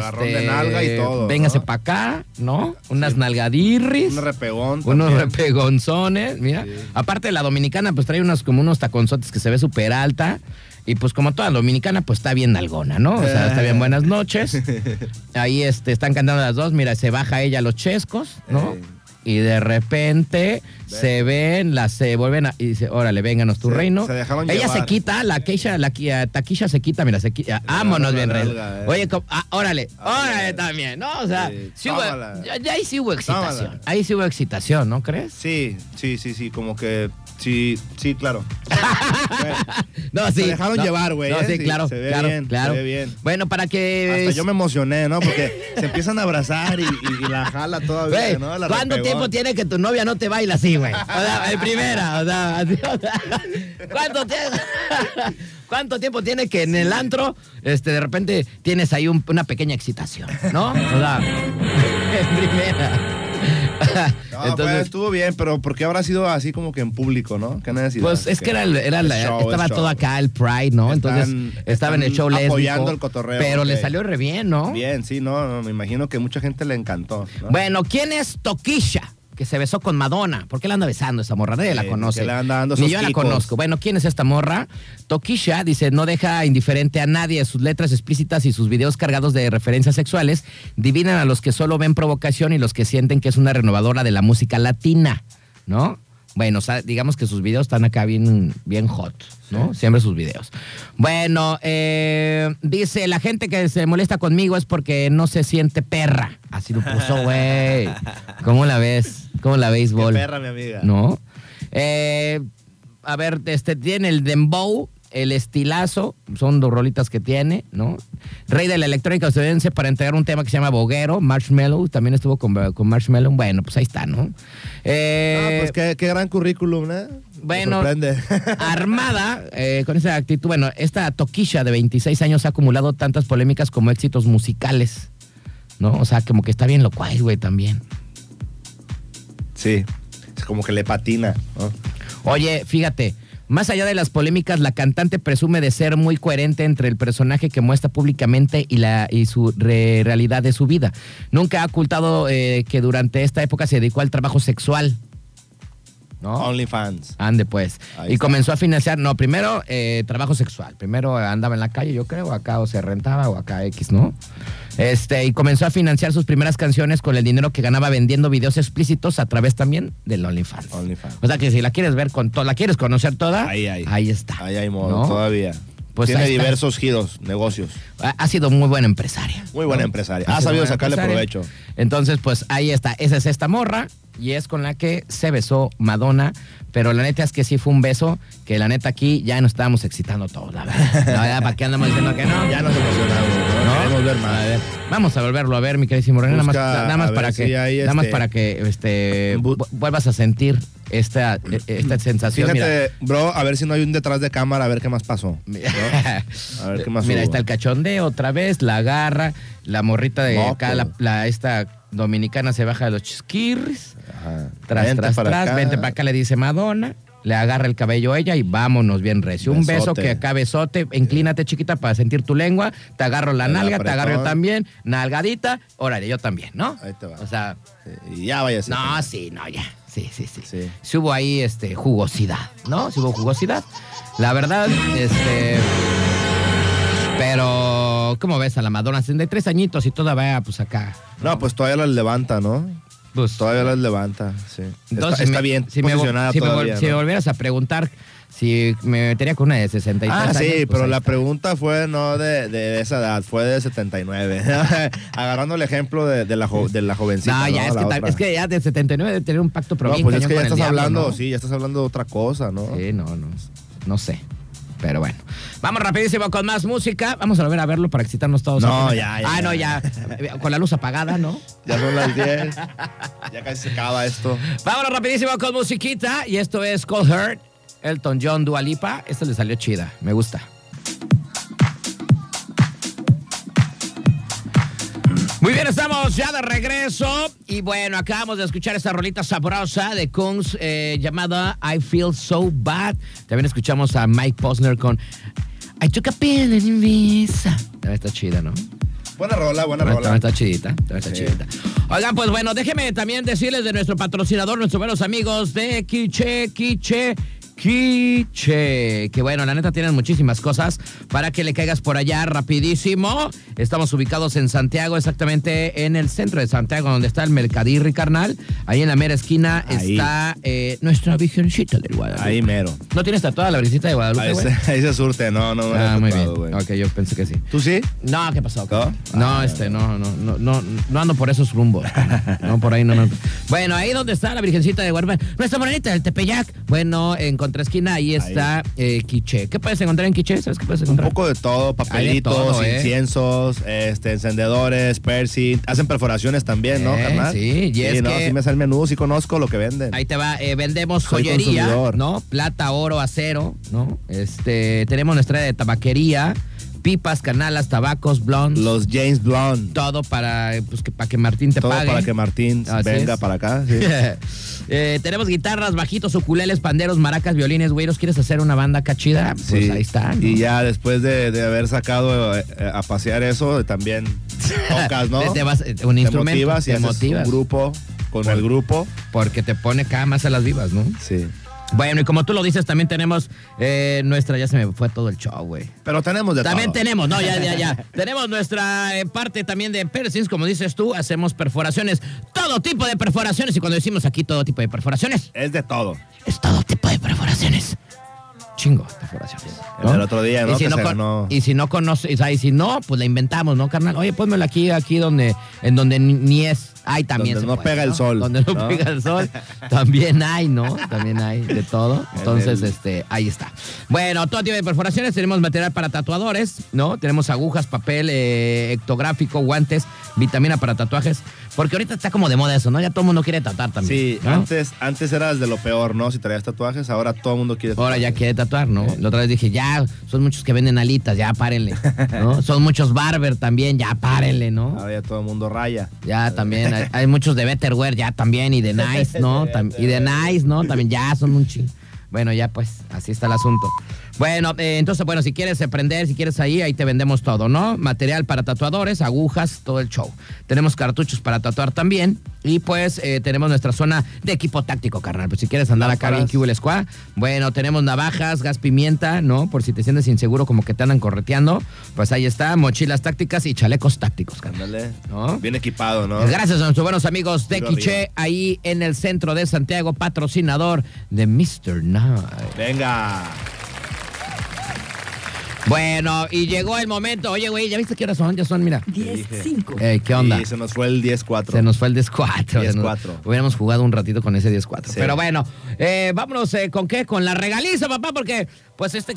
[SPEAKER 3] Agarrón de nalga y todo,
[SPEAKER 2] Véngase
[SPEAKER 3] ¿no?
[SPEAKER 2] para acá, ¿no? Unas nalgadirris.
[SPEAKER 3] Un repegón.
[SPEAKER 2] Unos
[SPEAKER 3] también.
[SPEAKER 2] repegonzones, mira. Aparte la dominicana, pues trae unos como unos taconzotes que se ve súper alta. Y pues como toda dominicana, pues está bien algona, ¿no? O sea, está
[SPEAKER 3] Eh.
[SPEAKER 2] bien buenas noches. Ahí este, están cantando las dos, mira, se baja ella los chescos, ¿no?
[SPEAKER 3] Eh.
[SPEAKER 2] Y de repente se ven, las se vuelven a- y dice, órale, vénganos tu
[SPEAKER 3] Se-
[SPEAKER 2] reino.
[SPEAKER 3] se dejaron
[SPEAKER 2] ella se
[SPEAKER 3] llevar.
[SPEAKER 2] quita, la queisha, la qui- eh, taquilla se quita, mira, se quita. Vámonos
[SPEAKER 3] la
[SPEAKER 2] bien, rey.
[SPEAKER 3] nalga, eh.
[SPEAKER 2] Oye, co- ah, órale,
[SPEAKER 3] Órale.
[SPEAKER 2] órale también, ¿no? O sea,
[SPEAKER 3] Sí,
[SPEAKER 2] sí hubo-
[SPEAKER 3] tómala.
[SPEAKER 2] ya- ya ahí sí hubo excitación.
[SPEAKER 3] Tómala.
[SPEAKER 2] Ahí sí hubo excitación, ¿no crees?
[SPEAKER 3] Sí, sí, sí, sí, como que sí, sí, claro.
[SPEAKER 2] No, sí.
[SPEAKER 3] Se dejaron
[SPEAKER 2] no,
[SPEAKER 3] llevar, güey,
[SPEAKER 2] No,
[SPEAKER 3] ¿eh?
[SPEAKER 2] sí,
[SPEAKER 3] Sí,
[SPEAKER 2] claro,
[SPEAKER 3] se ve
[SPEAKER 2] claro,
[SPEAKER 3] bien, se
[SPEAKER 2] claro.
[SPEAKER 3] ve bien.
[SPEAKER 2] Bueno, para que...
[SPEAKER 3] Hasta yo me emocioné, ¿no? Porque se empiezan a abrazar y, y- y la jala todavía,
[SPEAKER 2] Güey,
[SPEAKER 3] ¿no? La
[SPEAKER 2] ¿cuánto
[SPEAKER 3] repegón.
[SPEAKER 2] tiempo tiene que tu novia no te baila así, güey? O sea, en primera, o sea, así, o sea, ¿cuánto, tiempo, ¿cuánto tiempo tiene que en el antro, este, de repente tienes ahí un- una pequeña excitación, ¿no? O sea, en primera.
[SPEAKER 3] No, pues estuvo bien, pero ¿por qué habrá sido así como que en público, no? ¿Qué necesidad?
[SPEAKER 2] Pues es que era, el- era
[SPEAKER 3] Es
[SPEAKER 2] la-
[SPEAKER 3] show, es
[SPEAKER 2] estaba
[SPEAKER 3] show.
[SPEAKER 2] todo acá el Pride, ¿no?
[SPEAKER 3] Están-
[SPEAKER 2] Entonces estaba en el show
[SPEAKER 3] están
[SPEAKER 2] lésbico.
[SPEAKER 3] apoyando el cotorreo,
[SPEAKER 2] Pero le
[SPEAKER 3] ok.
[SPEAKER 2] salió re bien, ¿no?
[SPEAKER 3] Bien, sí, no, no, me imagino que mucha gente le encantó. ¿no?
[SPEAKER 2] Bueno, ¿quién es Toquisha? Que se besó con Madonna. ¿Por qué la anda besando esa morra? Nadie la
[SPEAKER 3] Sí,
[SPEAKER 2] conoce.
[SPEAKER 3] que le anda dando
[SPEAKER 2] Ni
[SPEAKER 3] esos
[SPEAKER 2] yo la
[SPEAKER 3] kikos.
[SPEAKER 2] conozco. Bueno, ¿quién es esta morra? Toquisha dice, no deja indiferente a nadie. Sus letras explícitas y sus videos cargados de referencias sexuales divinan a los que solo ven provocación y los que sienten que es una renovadora de la música latina, ¿no? Bueno, o sea, digamos que sus videos están acá bien, bien hot, ¿no? Siempre sus videos. Bueno, eh, dice, la gente que se molesta conmigo es porque no se siente perra. Así lo puso, güey. ¿Cómo la ves? ¿Cómo la
[SPEAKER 3] Qué
[SPEAKER 2] béisbol?
[SPEAKER 3] perra, mi amiga.
[SPEAKER 2] ¿No? Eh, a ver, este tiene el Dembow, el Estilazo, son dos rolitas que tiene, ¿no? Rey de la electrónica estadounidense para entregar un tema que se llama Boguero, Marshmallow, también estuvo con, con Marshmallow, bueno, pues ahí está, ¿no?
[SPEAKER 3] Ah,
[SPEAKER 2] Eh,
[SPEAKER 3] pues qué, qué gran currículum, ¿eh? Me
[SPEAKER 2] bueno,
[SPEAKER 3] sorprende.
[SPEAKER 2] armada eh, con esa actitud, bueno, esta toquilla de 26 años ha acumulado tantas polémicas como éxitos musicales, ¿no? O sea, como que está bien lo cual, güey, también.
[SPEAKER 3] sí, es como que le patina, ¿no?
[SPEAKER 2] Oye, fíjate, más allá de las polémicas, la cantante presume de ser muy coherente entre el personaje que muestra públicamente y, la, y su re- realidad de su vida. Nunca ha ocultado eh, que durante esta época se dedicó al trabajo sexual. ¿No?
[SPEAKER 3] OnlyFans.
[SPEAKER 2] Ande pues.
[SPEAKER 3] Ah,
[SPEAKER 2] y
[SPEAKER 3] Ahí está.
[SPEAKER 2] comenzó a financiar, no, primero eh, trabajo sexual, primero andaba en la calle, yo creo, acá o se rentaba o acá X, ¿no? Este, y comenzó a financiar sus primeras canciones con el dinero que ganaba vendiendo videos explícitos a través también del OnlyFans.
[SPEAKER 3] OnlyFans.
[SPEAKER 2] O sea que si la quieres ver con toda, la quieres conocer toda,
[SPEAKER 3] Ahí, ahí.
[SPEAKER 2] está.
[SPEAKER 3] Ahí hay modo
[SPEAKER 2] ¿no?
[SPEAKER 3] todavía.
[SPEAKER 2] Pues
[SPEAKER 3] Tiene
[SPEAKER 2] ahí está.
[SPEAKER 3] diversos giros, negocios.
[SPEAKER 2] Ha, ha sido muy buena empresaria.
[SPEAKER 3] Muy buena empresaria. Ha sabido
[SPEAKER 2] buena
[SPEAKER 3] sacarle provecho.
[SPEAKER 2] Entonces, pues ahí está. Esa es esta morra y es con la que se besó Madonna. Pero la neta es que sí fue un beso que la neta aquí ya nos estábamos excitando todos, la verdad. La verdad, ¿para qué andamos diciendo que no?
[SPEAKER 3] Ya nos emocionamos, ¿no?
[SPEAKER 2] ¿No?
[SPEAKER 3] Queremos ver más.
[SPEAKER 2] Vamos a volverlo a ver, mi queridísimo René, nada más,
[SPEAKER 3] Busca,
[SPEAKER 2] nada más
[SPEAKER 3] a ver
[SPEAKER 2] para
[SPEAKER 3] si
[SPEAKER 2] que,
[SPEAKER 3] hay,
[SPEAKER 2] nada más
[SPEAKER 3] este,
[SPEAKER 2] para que este,
[SPEAKER 3] bu-
[SPEAKER 2] vu- vuelvas a sentir esta, eh, esta sensación. mira.
[SPEAKER 3] Fíjate, bro, a ver si no hay un detrás de cámara, a ver qué más pasó. A ver, ¿qué más
[SPEAKER 2] Mira, ahí
[SPEAKER 3] hubo?
[SPEAKER 2] está el cachondeo otra vez, la garra, la morrita de
[SPEAKER 3] No,
[SPEAKER 2] acá,
[SPEAKER 3] pues.
[SPEAKER 2] la, la- esta dominicana se baja de los chisquirris.
[SPEAKER 3] Ajá.
[SPEAKER 2] Tras,
[SPEAKER 3] Vente
[SPEAKER 2] tras,
[SPEAKER 3] para
[SPEAKER 2] tras,
[SPEAKER 3] acá.
[SPEAKER 2] vente para acá, le dice Madonna. Le agarra el cabello a ella y vámonos bien recio. Un beso
[SPEAKER 3] Besote.
[SPEAKER 2] que acá besote, inclínate chiquita para sentir tu lengua, te agarro la
[SPEAKER 3] El
[SPEAKER 2] nalga, te
[SPEAKER 3] apretón.
[SPEAKER 2] agarro yo también, nalgadita, órale, yo también, ¿no?
[SPEAKER 3] Ahí te va.
[SPEAKER 2] O sea,
[SPEAKER 3] Y ya vaya a ser.
[SPEAKER 2] no, sí, no, ya. Sí, sí, sí.
[SPEAKER 3] Sí.
[SPEAKER 2] Sí hubo ahí este, jugosidad, ¿no? Sí hubo jugosidad. La verdad, este. Pero, ¿cómo ves a la Madonna? 63 añitos y todavía, pues acá.
[SPEAKER 3] No, pues todavía las levanta, ¿no?
[SPEAKER 2] Pues,
[SPEAKER 3] Todavía las levanta, sí.
[SPEAKER 2] entonces,
[SPEAKER 3] está,
[SPEAKER 2] si
[SPEAKER 3] está
[SPEAKER 2] me-
[SPEAKER 3] bien
[SPEAKER 2] si me, vol-
[SPEAKER 3] posicionada
[SPEAKER 2] si me vol-
[SPEAKER 3] todavía,
[SPEAKER 2] si me
[SPEAKER 3] ¿no?
[SPEAKER 2] volvieras a preguntar si me metería con una de 63
[SPEAKER 3] Ah,
[SPEAKER 2] años.
[SPEAKER 3] sí,
[SPEAKER 2] pues,
[SPEAKER 3] pero
[SPEAKER 2] ahí
[SPEAKER 3] la
[SPEAKER 2] está.
[SPEAKER 3] pregunta fue no de, de esa edad, fue de 79. Agarrando el ejemplo de, de la, jo- de la jovencita.
[SPEAKER 2] No, ya,
[SPEAKER 3] ¿no?
[SPEAKER 2] es,
[SPEAKER 3] La
[SPEAKER 2] que, tal-
[SPEAKER 3] otra.
[SPEAKER 2] es que ya de 79 de tener un pacto pero
[SPEAKER 3] No,
[SPEAKER 2] bien
[SPEAKER 3] pues es
[SPEAKER 2] cañón
[SPEAKER 3] que ya
[SPEAKER 2] con el
[SPEAKER 3] estás
[SPEAKER 2] diablo,
[SPEAKER 3] hablando,
[SPEAKER 2] ¿no?
[SPEAKER 3] sí, ya estás hablando de otra cosa, ¿no?
[SPEAKER 2] Sí, no, no. No sé. Pero bueno. Vamos rapidísimo con más música. Vamos a volver a verlo para excitarnos todos.
[SPEAKER 3] No,
[SPEAKER 2] Ah,
[SPEAKER 3] ya, ya,
[SPEAKER 2] Ah, no, ya.
[SPEAKER 3] ya.
[SPEAKER 2] Con la luz apagada, ¿no?
[SPEAKER 3] Ya son las 10. ya casi se acaba esto.
[SPEAKER 2] Vámonos rapidísimo con musiquita. Y esto es Cold Heart. Elton John, Dualipa. Esta le salió chida, me gusta. Muy bien, estamos ya de regreso. Y bueno, acabamos de escuchar esta rolita sabrosa de Kungs eh, llamada I Feel So Bad. También escuchamos a Mike Posner con I Took a Pill in Visa. También está chida, ¿no?
[SPEAKER 3] Buena rola, buena
[SPEAKER 2] También
[SPEAKER 3] rola.
[SPEAKER 2] Ah, está chidita, también está
[SPEAKER 3] Sí.
[SPEAKER 2] chidita. Oigan, pues bueno, déjenme también decirles de nuestro patrocinador, nuestros buenos amigos de Quiche, Quiche. Quiche, que bueno, la neta tienen muchísimas cosas para que le caigas por allá rapidísimo. Estamos ubicados en Santiago, exactamente en el centro de Santiago, donde está el Mercadirri Carnal. Ahí en la mera esquina
[SPEAKER 3] Ahí.
[SPEAKER 2] está eh, nuestra Virgencita del Guadalupe.
[SPEAKER 3] Ahí mero.
[SPEAKER 2] ¿No tienes tatuada la Virgencita de Guadalupe,
[SPEAKER 3] Ahí
[SPEAKER 2] güey?
[SPEAKER 3] se, ahí se surte, no, no, no.
[SPEAKER 2] Ah,
[SPEAKER 3] he
[SPEAKER 2] muy bien.
[SPEAKER 3] topado, güey.
[SPEAKER 2] Ok, yo pensé que sí.
[SPEAKER 3] ¿Tú sí?
[SPEAKER 2] No, ¿qué pasó?
[SPEAKER 3] ¿No? Ah,
[SPEAKER 2] No, este, no, no, no, no, no ando por esos rumbos. carnal. No, por ahí no, no. Bueno, ahí donde está la Virgencita de Guadalupe, nuestra morenita del Tepeyac. Bueno, en contraesquina ahí está eh, Quiche. ¿Qué puedes encontrar en Quiche? ¿Sabes qué puedes
[SPEAKER 3] Un
[SPEAKER 2] encontrar?
[SPEAKER 3] poco de todo, papelitos,
[SPEAKER 2] todo, ¿eh?
[SPEAKER 3] inciensos, este, encendedores, piercing. Hacen perforaciones también, ¿no,
[SPEAKER 2] Eh,
[SPEAKER 3] carnal?
[SPEAKER 2] sí, y es
[SPEAKER 3] no,
[SPEAKER 2] que-
[SPEAKER 3] sí me sale el menú, sí conozco lo que venden.
[SPEAKER 2] Ahí te va, eh, vendemos
[SPEAKER 3] Soy
[SPEAKER 2] joyería,
[SPEAKER 3] consumidor.
[SPEAKER 2] ¿no? Plata, oro, acero, ¿no? Este, tenemos nuestra área de tabaquería, pipas, canalas, tabacos, blondes.
[SPEAKER 3] Los James Blonde.
[SPEAKER 2] Todo para, eh, pues, que, para que Martín te
[SPEAKER 3] Todo
[SPEAKER 2] pague.
[SPEAKER 3] para que Martín
[SPEAKER 2] Así
[SPEAKER 3] venga
[SPEAKER 2] es.
[SPEAKER 3] para acá. sí.
[SPEAKER 2] Eh, tenemos guitarras, bajitos, ukuleles, panderos, maracas, violines, güey. ¿Los quieres hacer una banda cachida? Pues
[SPEAKER 3] Sí,
[SPEAKER 2] ahí está. ¿no?
[SPEAKER 3] Y ya después de, de haber sacado eh, eh, a pasear eso, también tocas, ¿no?
[SPEAKER 2] Te- te vas- eh, un instrumento,
[SPEAKER 3] motivas y
[SPEAKER 2] te
[SPEAKER 3] haces
[SPEAKER 2] motivas.
[SPEAKER 3] un grupo con el grupo.
[SPEAKER 2] Porque te pone cada más a las vivas, ¿no?
[SPEAKER 3] Sí.
[SPEAKER 2] Bueno, y como tú lo dices, también tenemos eh, nuestra. Ya se me fue todo el show, güey.
[SPEAKER 3] Pero tenemos de
[SPEAKER 2] También
[SPEAKER 3] todo.
[SPEAKER 2] tenemos, no, ya, ya, ya. tenemos nuestra eh, parte también de piercings, como dices tú, hacemos perforaciones, todo tipo de perforaciones. Y cuando decimos aquí todo tipo de perforaciones,
[SPEAKER 3] Es de todo.
[SPEAKER 2] es todo tipo de perforaciones. Chingo, perforaciones.
[SPEAKER 3] El del otro día, ¿no?
[SPEAKER 2] Y si
[SPEAKER 3] Que
[SPEAKER 2] no,
[SPEAKER 3] se
[SPEAKER 2] con-
[SPEAKER 3] ganó.
[SPEAKER 2] y si no conoces, o sea, y si no, pues la inventamos, ¿no, carnal? Oye, pónmela aquí, aquí donde, en donde ni- ni es. Ay, también. se
[SPEAKER 3] Donde no
[SPEAKER 2] puede,
[SPEAKER 3] pega el sol,
[SPEAKER 2] Donde no,
[SPEAKER 3] ¿no?
[SPEAKER 2] pega el sol. También hay, ¿no? También hay de todo. Entonces,
[SPEAKER 3] el-
[SPEAKER 2] este, ahí está. Bueno, todo tipo de perforaciones. Tenemos material para tatuadores, ¿no? Tenemos agujas, papel, eh, ectográfico, guantes, vitamina para tatuajes. Porque ahorita está como de moda eso, ¿no? Ya todo el mundo quiere tatuar también.
[SPEAKER 3] Sí,
[SPEAKER 2] ¿no?
[SPEAKER 3] antes, antes eras de lo peor, ¿no? Si traías tatuajes, ahora todo el mundo quiere
[SPEAKER 2] Ahora ya
[SPEAKER 3] tatuajes.
[SPEAKER 2] quiere tatuar, ¿no? La otra vez dije, ya, son muchos que venden alitas, ya párenle, ¿no? Son muchos barber también, ya párenle, ¿no?
[SPEAKER 3] Ahora ya todo el mundo raya.
[SPEAKER 2] Ya también, hay, hay muchos de Betterware, ya también, y de Nice, ¿no? Tam- y de Nice, ¿no? También ya son un ching. Bueno, ya pues, así está el asunto. Bueno, eh, entonces, bueno, si quieres aprender, si quieres ahí, ahí te vendemos todo, ¿no? Material para tatuadores, agujas, todo el show. Tenemos cartuchos para tatuar también. Y pues eh, tenemos nuestra zona de equipo táctico, carnal. Pues si quieres andar acá bien
[SPEAKER 3] Lámparas.
[SPEAKER 2] que hubo el squad. Bueno, tenemos navajas, gas pimienta, ¿no? Por si te sientes inseguro como que te andan correteando. Pues ahí está, mochilas tácticas y chalecos tácticos, carnal.
[SPEAKER 3] Ándale.
[SPEAKER 2] ¿No?
[SPEAKER 3] Bien equipado, ¿no?
[SPEAKER 2] Gracias a nuestros buenos amigos de
[SPEAKER 3] Tiro
[SPEAKER 2] Quiche,
[SPEAKER 3] arriba.
[SPEAKER 2] ahí en el centro de Santiago, patrocinador de Mr. Night.
[SPEAKER 3] Venga.
[SPEAKER 2] Bueno, y llegó el momento. Oye, güey, ¿ya viste qué horas son? Ya son, mira.
[SPEAKER 6] 10,
[SPEAKER 3] dije.
[SPEAKER 6] 5.
[SPEAKER 8] eh,
[SPEAKER 2] Ey, ¿qué onda?
[SPEAKER 3] Y se nos fue el 10-4.
[SPEAKER 2] Se nos fue el 10-4.
[SPEAKER 3] 10-4.
[SPEAKER 2] Hubiéramos jugado un ratito con ese 10-4.
[SPEAKER 3] Sí.
[SPEAKER 2] Pero bueno, eh, vámonos eh, con qué? Con la regaliza, papá, porque pues este,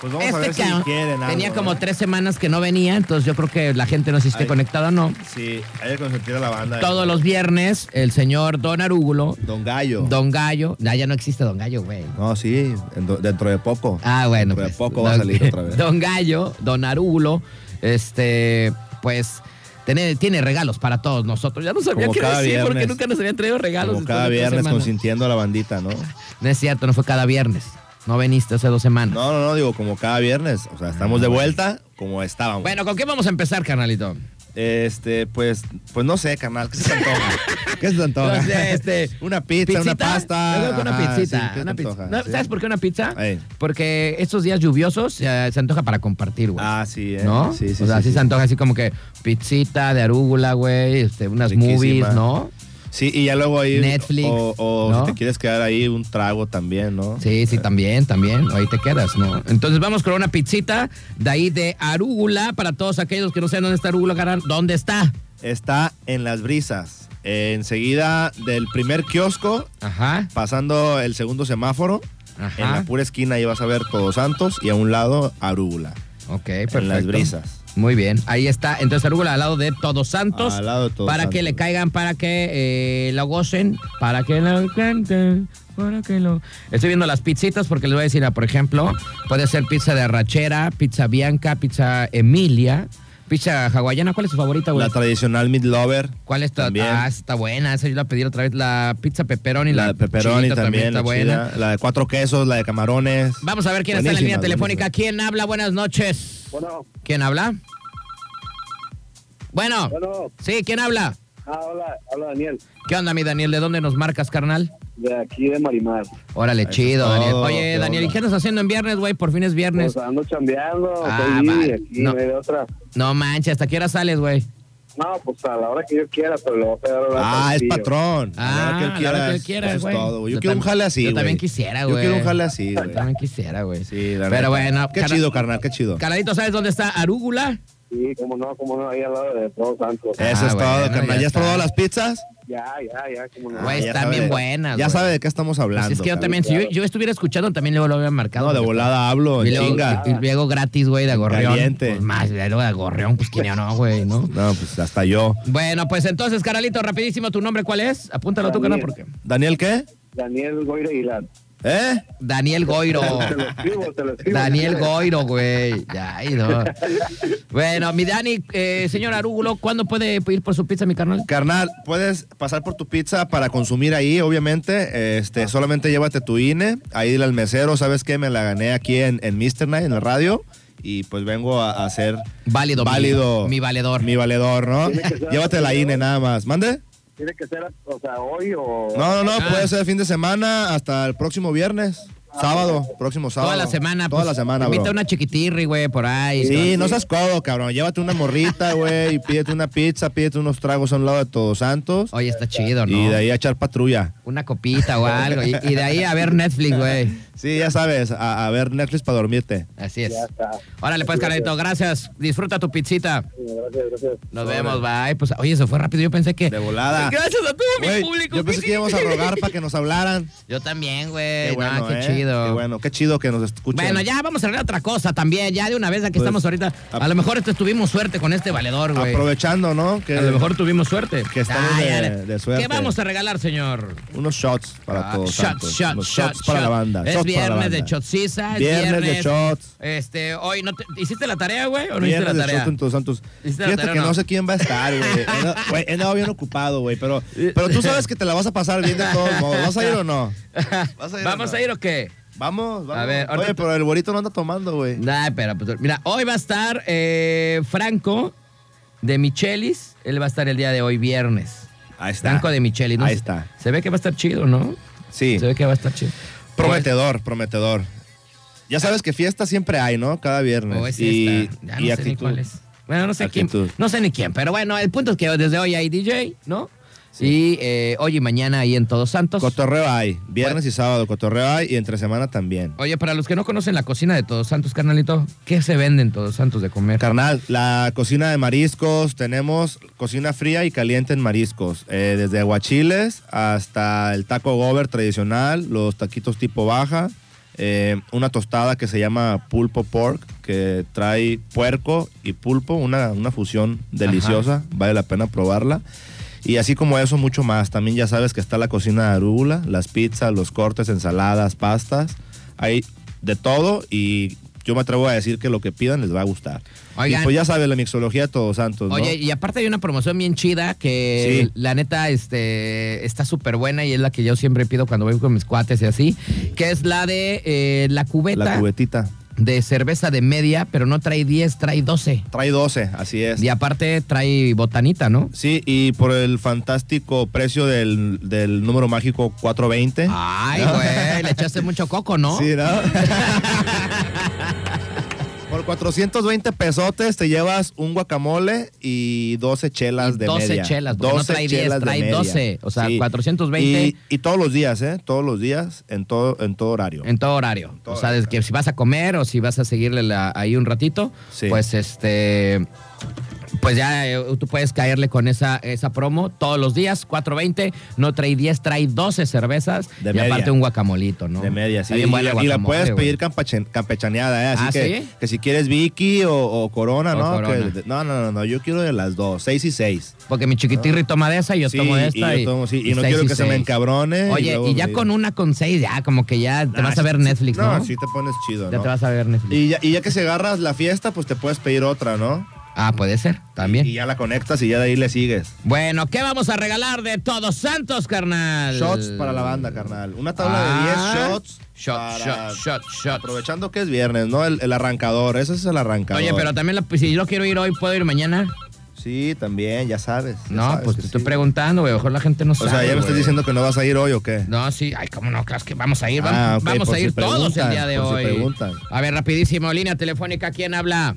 [SPEAKER 3] Pues vamos a
[SPEAKER 2] este
[SPEAKER 3] ver si
[SPEAKER 2] cabrón
[SPEAKER 3] quieren algo,
[SPEAKER 2] tenía como
[SPEAKER 3] ¿eh?
[SPEAKER 2] tres semanas que no venía, entonces yo creo que la gente no sé si esté
[SPEAKER 3] Ay.
[SPEAKER 2] conectada o no.
[SPEAKER 3] Sí, hay que consentir a la banda. eh,
[SPEAKER 2] Todos los viernes, el señor Don Arúgulo,
[SPEAKER 3] Don Gallo.
[SPEAKER 2] Don Gallo, ya, ya no existe Don Gallo, güey.
[SPEAKER 3] No, sí, en- dentro de poco.
[SPEAKER 2] Ah, bueno.
[SPEAKER 3] Dentro de
[SPEAKER 2] pues,
[SPEAKER 3] poco va a
[SPEAKER 2] don-
[SPEAKER 3] salir otra vez.
[SPEAKER 2] Don Gallo, Don Arulo, este, pues. Tiene, tiene regalos para todos nosotros. Ya no sabía
[SPEAKER 3] Como
[SPEAKER 2] qué
[SPEAKER 3] cada
[SPEAKER 2] decir porque
[SPEAKER 3] viernes.
[SPEAKER 2] nunca nos habían traído regalos.
[SPEAKER 3] Como
[SPEAKER 2] después
[SPEAKER 3] cada
[SPEAKER 2] de otra
[SPEAKER 3] viernes
[SPEAKER 2] semana.
[SPEAKER 3] consintiendo a la bandita, ¿no?
[SPEAKER 2] No es cierto, no fue cada viernes. No veniste hace dos semanas.
[SPEAKER 3] No, no, no, digo, como cada viernes. O sea, estamos de vuelta como
[SPEAKER 2] Ah,
[SPEAKER 3] estábamos.
[SPEAKER 2] Bueno, ¿con qué vamos a empezar, carnalito?
[SPEAKER 3] Este, pues, pues no sé, carnal, ¿qué se te antoja? ¿Qué se te antoja?
[SPEAKER 2] No sé, este,
[SPEAKER 3] una pizza, una
[SPEAKER 2] ¿pizzita?
[SPEAKER 3] pasta.
[SPEAKER 2] Yo creo que una
[SPEAKER 3] Ajá,
[SPEAKER 2] pizzita.
[SPEAKER 3] sí, ¿qué
[SPEAKER 2] una
[SPEAKER 3] te
[SPEAKER 2] pizza.
[SPEAKER 3] antoja?
[SPEAKER 2] No,
[SPEAKER 3] Sí.
[SPEAKER 2] ¿Sabes por qué una pizza?
[SPEAKER 3] Ey.
[SPEAKER 2] Porque estos días lluviosos eh, se antoja para compartir, güey.
[SPEAKER 3] Ah, sí, ¿eh?
[SPEAKER 2] ¿No?
[SPEAKER 3] Sí, sí,
[SPEAKER 2] o sea,
[SPEAKER 3] sí,
[SPEAKER 2] sí,
[SPEAKER 3] sí.
[SPEAKER 2] se antoja así como que pizzita de arúgula, güey, este, unas
[SPEAKER 3] Riquísima.
[SPEAKER 2] movies, ¿no?
[SPEAKER 3] Sí, y ya luego ahí.
[SPEAKER 2] Netflix,
[SPEAKER 3] O, o
[SPEAKER 2] ¿no?
[SPEAKER 3] si te quieres quedar ahí, un trago también, ¿no?
[SPEAKER 2] Sí, sí, también, también. Ahí te quedas, ¿no? Entonces vamos con una pizzita de ahí de arúgula para todos aquellos que no saben dónde está arúgula, carnal. ¿Dónde está?
[SPEAKER 3] Está en las brisas. eh, enseguida del primer kiosco,
[SPEAKER 2] Ajá.
[SPEAKER 3] pasando el segundo semáforo.
[SPEAKER 2] Ajá.
[SPEAKER 3] En la pura esquina ahí vas a ver Todos Santos y a un lado Arúgula.
[SPEAKER 2] Ok, perfecto.
[SPEAKER 3] En las brisas.
[SPEAKER 2] Muy bien, ahí está. Entonces, arúgula al lado de Todos Santos.
[SPEAKER 3] Al lado de Todos
[SPEAKER 2] para que
[SPEAKER 3] Santos.
[SPEAKER 2] le caigan, para que eh, lo gocen, para que lo canten, para que lo. Estoy viendo las pizzitas porque les voy a decir, ah, por ejemplo, puede ser pizza de arrachera, pizza bianca, pizza Emilia, pizza hawaiana. ¿Cuál es su favorita, güey?
[SPEAKER 3] La tradicional Meat Lover.
[SPEAKER 2] ¿Cuál está?
[SPEAKER 3] También.
[SPEAKER 2] Ah, esa está buena. Esa yo la pedí otra vez. La pizza pepperoni.
[SPEAKER 3] la
[SPEAKER 2] La,
[SPEAKER 3] de pepperoni
[SPEAKER 2] chilita
[SPEAKER 3] también,
[SPEAKER 2] está
[SPEAKER 3] la
[SPEAKER 2] buena.
[SPEAKER 3] chida. La de cuatro quesos, la de camarones.
[SPEAKER 2] Vamos a ver quién está en la línea
[SPEAKER 3] Buenísima,
[SPEAKER 2] telefónica.
[SPEAKER 3] buenísima.
[SPEAKER 2] ¿Quién habla? Buenas noches.
[SPEAKER 9] Bueno,
[SPEAKER 2] ¿Quién habla? Bueno.
[SPEAKER 9] bueno,
[SPEAKER 2] Sí, ¿quién habla?
[SPEAKER 9] ah, hola, habla Daniel,
[SPEAKER 2] ¿Qué onda, mi Daniel? ¿De dónde nos marcas, carnal?
[SPEAKER 9] de aquí de Marimar.
[SPEAKER 2] Órale,
[SPEAKER 3] Eso
[SPEAKER 2] chido,
[SPEAKER 3] es todo,
[SPEAKER 2] Daniel. Oye,
[SPEAKER 3] Oh, qué
[SPEAKER 2] Daniel, ¿y
[SPEAKER 3] onda.
[SPEAKER 2] qué andas haciendo en viernes, güey? Por fin es viernes.
[SPEAKER 9] Pues ando chambeando,
[SPEAKER 2] Ah,
[SPEAKER 9] estoy
[SPEAKER 2] vale,
[SPEAKER 9] aquí,
[SPEAKER 2] no.
[SPEAKER 9] no. hay de otra.
[SPEAKER 2] No manches, ¿hasta qué hora sales, güey?
[SPEAKER 9] No, pues a la hora que yo quiera, pero le voy a pegar a la
[SPEAKER 3] Ah, es patrón.
[SPEAKER 2] Ah,
[SPEAKER 3] A la hora que él
[SPEAKER 2] a la hora
[SPEAKER 3] quiera,
[SPEAKER 2] que él quiera,
[SPEAKER 3] eso es
[SPEAKER 2] güey.
[SPEAKER 3] todo, güey. Yo,
[SPEAKER 2] Yo
[SPEAKER 3] quiero un
[SPEAKER 2] tam-
[SPEAKER 3] jale así,
[SPEAKER 2] yo
[SPEAKER 3] güey.
[SPEAKER 2] también quisiera,
[SPEAKER 3] Yo
[SPEAKER 2] güey.
[SPEAKER 3] quiero un jale así,
[SPEAKER 2] Yo
[SPEAKER 3] güey.
[SPEAKER 2] también quisiera, güey.
[SPEAKER 3] Sí, la neta.
[SPEAKER 2] Pero bueno.
[SPEAKER 3] Qué
[SPEAKER 2] cara-
[SPEAKER 3] chido, carnal, qué chido.
[SPEAKER 2] Carnalito, ¿sabes dónde está Arúgula?
[SPEAKER 9] Sí, cómo no, cómo no, ahí al lado de Todos
[SPEAKER 3] Eso
[SPEAKER 9] Santos.
[SPEAKER 2] Ah,
[SPEAKER 3] es
[SPEAKER 2] bueno,
[SPEAKER 3] todo, carnal.
[SPEAKER 2] ya
[SPEAKER 3] ¿Ya, has
[SPEAKER 2] está.
[SPEAKER 3] probado las pizzas?
[SPEAKER 9] Ya, ya, ya, cómo no.
[SPEAKER 2] Güey,
[SPEAKER 3] ya
[SPEAKER 2] están
[SPEAKER 3] sabe-
[SPEAKER 2] bien Pues, buenas,
[SPEAKER 3] Ya
[SPEAKER 2] güey.
[SPEAKER 3] sabe de qué estamos hablando.
[SPEAKER 2] Así Pues es que yo
[SPEAKER 3] carnal.
[SPEAKER 2] también, si yo, yo estuviera escuchando, también luego lo había marcado.
[SPEAKER 3] No, de
[SPEAKER 2] güey.
[SPEAKER 3] volada hablo,
[SPEAKER 2] Y
[SPEAKER 3] en
[SPEAKER 2] luego,
[SPEAKER 3] chinga.
[SPEAKER 2] y luego gratis, güey, de agorreón.
[SPEAKER 3] Caliente.
[SPEAKER 2] Pues más, de luego de agorreón, pues quién ya no, güey, ¿no?
[SPEAKER 3] No, pues hasta yo.
[SPEAKER 2] Bueno, pues entonces, carnalito, rapidísimo, ¿tu nombre cuál es? Apúntalo tú, carnal,
[SPEAKER 9] Daniel.
[SPEAKER 2] porque...
[SPEAKER 3] ¿Daniel qué?
[SPEAKER 9] Daniel Goyre Aguilar.
[SPEAKER 3] ¿Eh?
[SPEAKER 2] Daniel Goiro.
[SPEAKER 9] Te lo escribo, te lo escribo.
[SPEAKER 2] Daniel Goiro, güey. Ay, no. Bueno, mi Dani, eh, señor Arúgulo, ¿cuándo puede ir por su pizza, mi carnal?
[SPEAKER 3] Carnal, puedes pasar por tu pizza para consumir ahí, obviamente.
[SPEAKER 2] Ah.
[SPEAKER 3] Este, solamente llévate tu INE. Ahí dile al mesero, ¿sabes qué? Me la gané aquí en, en Mr. Night, en la radio. Y pues vengo a, a ser
[SPEAKER 2] Válido, mi-
[SPEAKER 3] válido.
[SPEAKER 2] mi valedor.
[SPEAKER 3] Mi valedor, ¿no?
[SPEAKER 9] Tiene que ser
[SPEAKER 3] Llévate la
[SPEAKER 9] valedor.
[SPEAKER 3] INE nada más. ¿Mande?
[SPEAKER 9] Tiene que ser, o sea, hoy o...
[SPEAKER 3] No, no, no.
[SPEAKER 2] Ah.
[SPEAKER 3] Puede ser fin de semana hasta el próximo viernes. Sábado, próximo sábado.
[SPEAKER 2] Toda la semana.
[SPEAKER 3] Toda
[SPEAKER 2] pues,
[SPEAKER 3] la semana,
[SPEAKER 2] Invita
[SPEAKER 3] bro.
[SPEAKER 2] una chiquitirri, güey, por ahí.
[SPEAKER 3] Sí, no seas codo, cabrón. Llévate una morrita, güey, y pídete una pizza, pídete unos tragos a un lado de Todos Santos.
[SPEAKER 2] Oye, está chido, ¿no?
[SPEAKER 3] Y de ahí a echar patrulla.
[SPEAKER 2] Una copita o algo. Y, y de ahí a ver Netflix, güey.
[SPEAKER 3] Sí, ya sabes, a, a ver Netflix para dormirte.
[SPEAKER 2] Así es.
[SPEAKER 9] Ya está.
[SPEAKER 2] Órale, pues, carnalito, gracias. Disfruta tu pizzita.
[SPEAKER 9] Gracias, gracias.
[SPEAKER 2] Nos
[SPEAKER 3] Órale.
[SPEAKER 2] vemos, bye. Pues, oye, se fue rápido. Yo pensé que.
[SPEAKER 3] De volada.
[SPEAKER 2] Gracias a todo mi
[SPEAKER 3] Güey,
[SPEAKER 2] público.
[SPEAKER 3] yo pensé que íbamos a rogar para que nos hablaran.
[SPEAKER 2] Yo también, güey. no, qué
[SPEAKER 3] eh,
[SPEAKER 2] chido.
[SPEAKER 3] Qué bueno, qué chido que nos escuchen.
[SPEAKER 2] Bueno, ya vamos a hablar de otra cosa también, ya de una vez, aquí
[SPEAKER 3] Pues,
[SPEAKER 2] estamos ahorita. A,
[SPEAKER 3] ap-
[SPEAKER 2] lo mejor este, tuvimos suerte con este valedor, güey.
[SPEAKER 3] Aprovechando, ¿no? Que
[SPEAKER 2] A lo mejor tuvimos suerte. Ah,
[SPEAKER 3] que estamos
[SPEAKER 2] ya,
[SPEAKER 3] de-
[SPEAKER 2] ya.
[SPEAKER 3] de suerte.
[SPEAKER 2] ¿Qué vamos a regalar, señor?
[SPEAKER 3] unos shots para
[SPEAKER 2] Ah,
[SPEAKER 3] todos.
[SPEAKER 2] Shots,
[SPEAKER 3] Santos.
[SPEAKER 2] shots,
[SPEAKER 3] Unos
[SPEAKER 2] shots,
[SPEAKER 3] shots para la
[SPEAKER 2] shots.
[SPEAKER 3] banda.
[SPEAKER 2] Es
[SPEAKER 3] shots para la
[SPEAKER 2] viernes
[SPEAKER 3] banda.
[SPEAKER 2] de shotsiza, es
[SPEAKER 3] Viernes de shots.
[SPEAKER 2] Este, hoy no te- ¿hiciste la tarea, güey? ¿O no
[SPEAKER 3] Viernes
[SPEAKER 2] hiciste
[SPEAKER 3] de
[SPEAKER 2] la tarea?
[SPEAKER 3] shots en Todos Santos.
[SPEAKER 2] ¿Hiciste la
[SPEAKER 3] Fíjate
[SPEAKER 2] tarea o
[SPEAKER 3] que no?
[SPEAKER 2] no?
[SPEAKER 3] sé quién va a estar, güey. He andado- güey, He andado bien ocupado, güey, pero, pero tú sabes que te la vas a pasar bien de todos modos. ¿Vas a ir o no? ¿Vas a ir o
[SPEAKER 2] ¿Vamos
[SPEAKER 3] no?
[SPEAKER 2] a ir o qué?
[SPEAKER 3] Vamos, vamos.
[SPEAKER 2] ver, ahorita-
[SPEAKER 3] Oye, pero el borito no anda tomando, güey.
[SPEAKER 2] Nah, espera, pues, mira, hoy va a estar eh, Franco de Michelis. Él va a estar el día de hoy, viernes.
[SPEAKER 3] Ahí está.
[SPEAKER 2] Franco de Michelis. ¿no?
[SPEAKER 3] Ahí está.
[SPEAKER 2] Se ve que va a estar chido, ¿no?
[SPEAKER 3] Sí.
[SPEAKER 2] Se ve que va a estar chido.
[SPEAKER 3] Prometedor, prometedor. Ya sabes que fiesta siempre hay, ¿no? Cada viernes.
[SPEAKER 2] O Oh, es
[SPEAKER 3] y
[SPEAKER 2] esta. Ya
[SPEAKER 3] y
[SPEAKER 2] no sé ni
[SPEAKER 3] actitud.
[SPEAKER 2] cuál es. Bueno, no sé
[SPEAKER 3] Actitud.
[SPEAKER 2] quién. No sé ni quién, pero bueno, el punto es que desde hoy hay DJ, ¿no? Y eh, hoy y mañana ahí en Todos Santos.
[SPEAKER 3] Cotorreo hay. Viernes y sábado cotorreo hay y entre semana también.
[SPEAKER 2] Oye, para los que no conocen la cocina de Todos Santos, carnalito, ¿qué se vende en Todos Santos de comer?
[SPEAKER 3] Carnal, la cocina de mariscos, tenemos cocina fría y caliente en mariscos, eh, desde aguachiles hasta el taco gober tradicional, los taquitos tipo baja, eh, una tostada que se llama pulpo pork, que trae puerco y pulpo, una, una fusión deliciosa, vale la pena probarla. Y así como eso, mucho más. También ya sabes que está la cocina de arúgula, las pizzas, los cortes, ensaladas, pastas. Hay de todo y yo me atrevo a decir que lo que pidan les va a gustar.
[SPEAKER 2] Oigan.
[SPEAKER 3] Y pues ya sabes, la mixología de Todos Santos, ¿no?
[SPEAKER 2] Oye, y aparte hay una promoción bien chida que
[SPEAKER 3] Sí.
[SPEAKER 2] la neta este, está súper buena y es la que yo siempre pido cuando voy con mis cuates y así, que es la de eh, la cubeta
[SPEAKER 3] la cubetita.
[SPEAKER 2] de cerveza de media, pero no trae 10, trae 12.
[SPEAKER 3] Trae 12, así es.
[SPEAKER 2] Y aparte trae botanita, ¿no?
[SPEAKER 3] Sí, y por el fantástico precio del, del número mágico 420.
[SPEAKER 2] Ay,
[SPEAKER 3] ¿No?
[SPEAKER 2] güey, le echaste mucho coco, Ah, ¿no?
[SPEAKER 3] Sí, ¿no? Por 420 pesotes te llevas un guacamole y 12 chelas
[SPEAKER 2] Y
[SPEAKER 3] de
[SPEAKER 2] 12
[SPEAKER 3] media.
[SPEAKER 2] chelas, porque no trae 10,
[SPEAKER 3] chelas de
[SPEAKER 2] trae
[SPEAKER 3] media.
[SPEAKER 2] 12, o sea, 420.
[SPEAKER 3] Y, y todos los días, ¿eh? Todos los días, en todo, en todo horario.
[SPEAKER 2] En todo horario.
[SPEAKER 3] todo
[SPEAKER 2] o sea, desde que si vas a comer o si vas a seguirle la- ahí un ratito,
[SPEAKER 3] Sí.
[SPEAKER 2] pues este Pues ya eh, tú puedes caerle con esa, esa promo todos los días, 4.20. No trae 10, trae 12 cervezas.
[SPEAKER 3] De
[SPEAKER 2] y
[SPEAKER 3] media.
[SPEAKER 2] aparte un guacamolito, ¿no?
[SPEAKER 3] De media, sí.
[SPEAKER 2] Está bien
[SPEAKER 3] Y,
[SPEAKER 2] bueno el
[SPEAKER 3] y la
[SPEAKER 2] guacamole,
[SPEAKER 3] puedes
[SPEAKER 2] güey.
[SPEAKER 3] pedir campechen- campechaneada, ¿eh? Así
[SPEAKER 2] ¿Ah,
[SPEAKER 3] que,
[SPEAKER 2] sí?
[SPEAKER 3] que si quieres Vicky o, o Corona,
[SPEAKER 2] O
[SPEAKER 3] ¿no?
[SPEAKER 2] Corona.
[SPEAKER 3] Que- no, no, no, no, yo quiero de las dos, seis y seis.
[SPEAKER 2] Porque mi chiquitirri toma de esa y yo
[SPEAKER 3] Ah. Sí,
[SPEAKER 2] tomo de
[SPEAKER 3] y yo
[SPEAKER 2] esta. Y,
[SPEAKER 3] tomo, sí, y no
[SPEAKER 2] seis
[SPEAKER 3] quiero que se me
[SPEAKER 2] seis.
[SPEAKER 3] encabrone y
[SPEAKER 2] Oye,
[SPEAKER 3] luego
[SPEAKER 2] y, ya
[SPEAKER 3] me-
[SPEAKER 2] con una con seis, ya como que ya te
[SPEAKER 3] Nah,
[SPEAKER 2] vas a ver
[SPEAKER 3] sí, sí,
[SPEAKER 2] Netflix, ¿no?
[SPEAKER 3] No, sí te pones chido,
[SPEAKER 2] Ya
[SPEAKER 3] ¿no?
[SPEAKER 2] te vas a ver Netflix.
[SPEAKER 3] Y ya, y ya que se agarras la fiesta, pues te puedes pedir otra, ¿no?
[SPEAKER 2] Ah, puede ser, también.
[SPEAKER 3] Y ya la conectas y ya de ahí le sigues.
[SPEAKER 2] Bueno, ¿qué vamos a regalar de Todos Santos, carnal?
[SPEAKER 3] Shots para la banda, carnal. Una tabla
[SPEAKER 2] Ah.
[SPEAKER 3] de 10 shots.
[SPEAKER 2] Shot,
[SPEAKER 3] para-
[SPEAKER 2] shot, shot, shot.
[SPEAKER 3] Aprovechando que es viernes, ¿no? El, el arrancador, ese es el arrancador.
[SPEAKER 2] Oye, pero también la- si yo quiero ir hoy, ¿puedo ir mañana?
[SPEAKER 3] Sí, también, ya sabes. ya
[SPEAKER 2] No,
[SPEAKER 3] sabes
[SPEAKER 2] pues
[SPEAKER 3] que
[SPEAKER 2] te estoy
[SPEAKER 3] sí.
[SPEAKER 2] preguntando, güey. Mejor la gente no
[SPEAKER 3] O
[SPEAKER 2] sabe.
[SPEAKER 3] sea, ¿ya me estás
[SPEAKER 2] güey.
[SPEAKER 3] diciendo que no vas a ir hoy o qué?
[SPEAKER 2] No, sí, ay, cómo no, claro es que vamos a ir, vamos,
[SPEAKER 3] Ah, ok,
[SPEAKER 2] vamos
[SPEAKER 3] por
[SPEAKER 2] a
[SPEAKER 3] si
[SPEAKER 2] ir todos el
[SPEAKER 3] preguntan,
[SPEAKER 2] día de
[SPEAKER 3] por si
[SPEAKER 2] hoy.
[SPEAKER 3] preguntan.
[SPEAKER 2] A ver, rapidísimo, línea telefónica, ¿quién habla?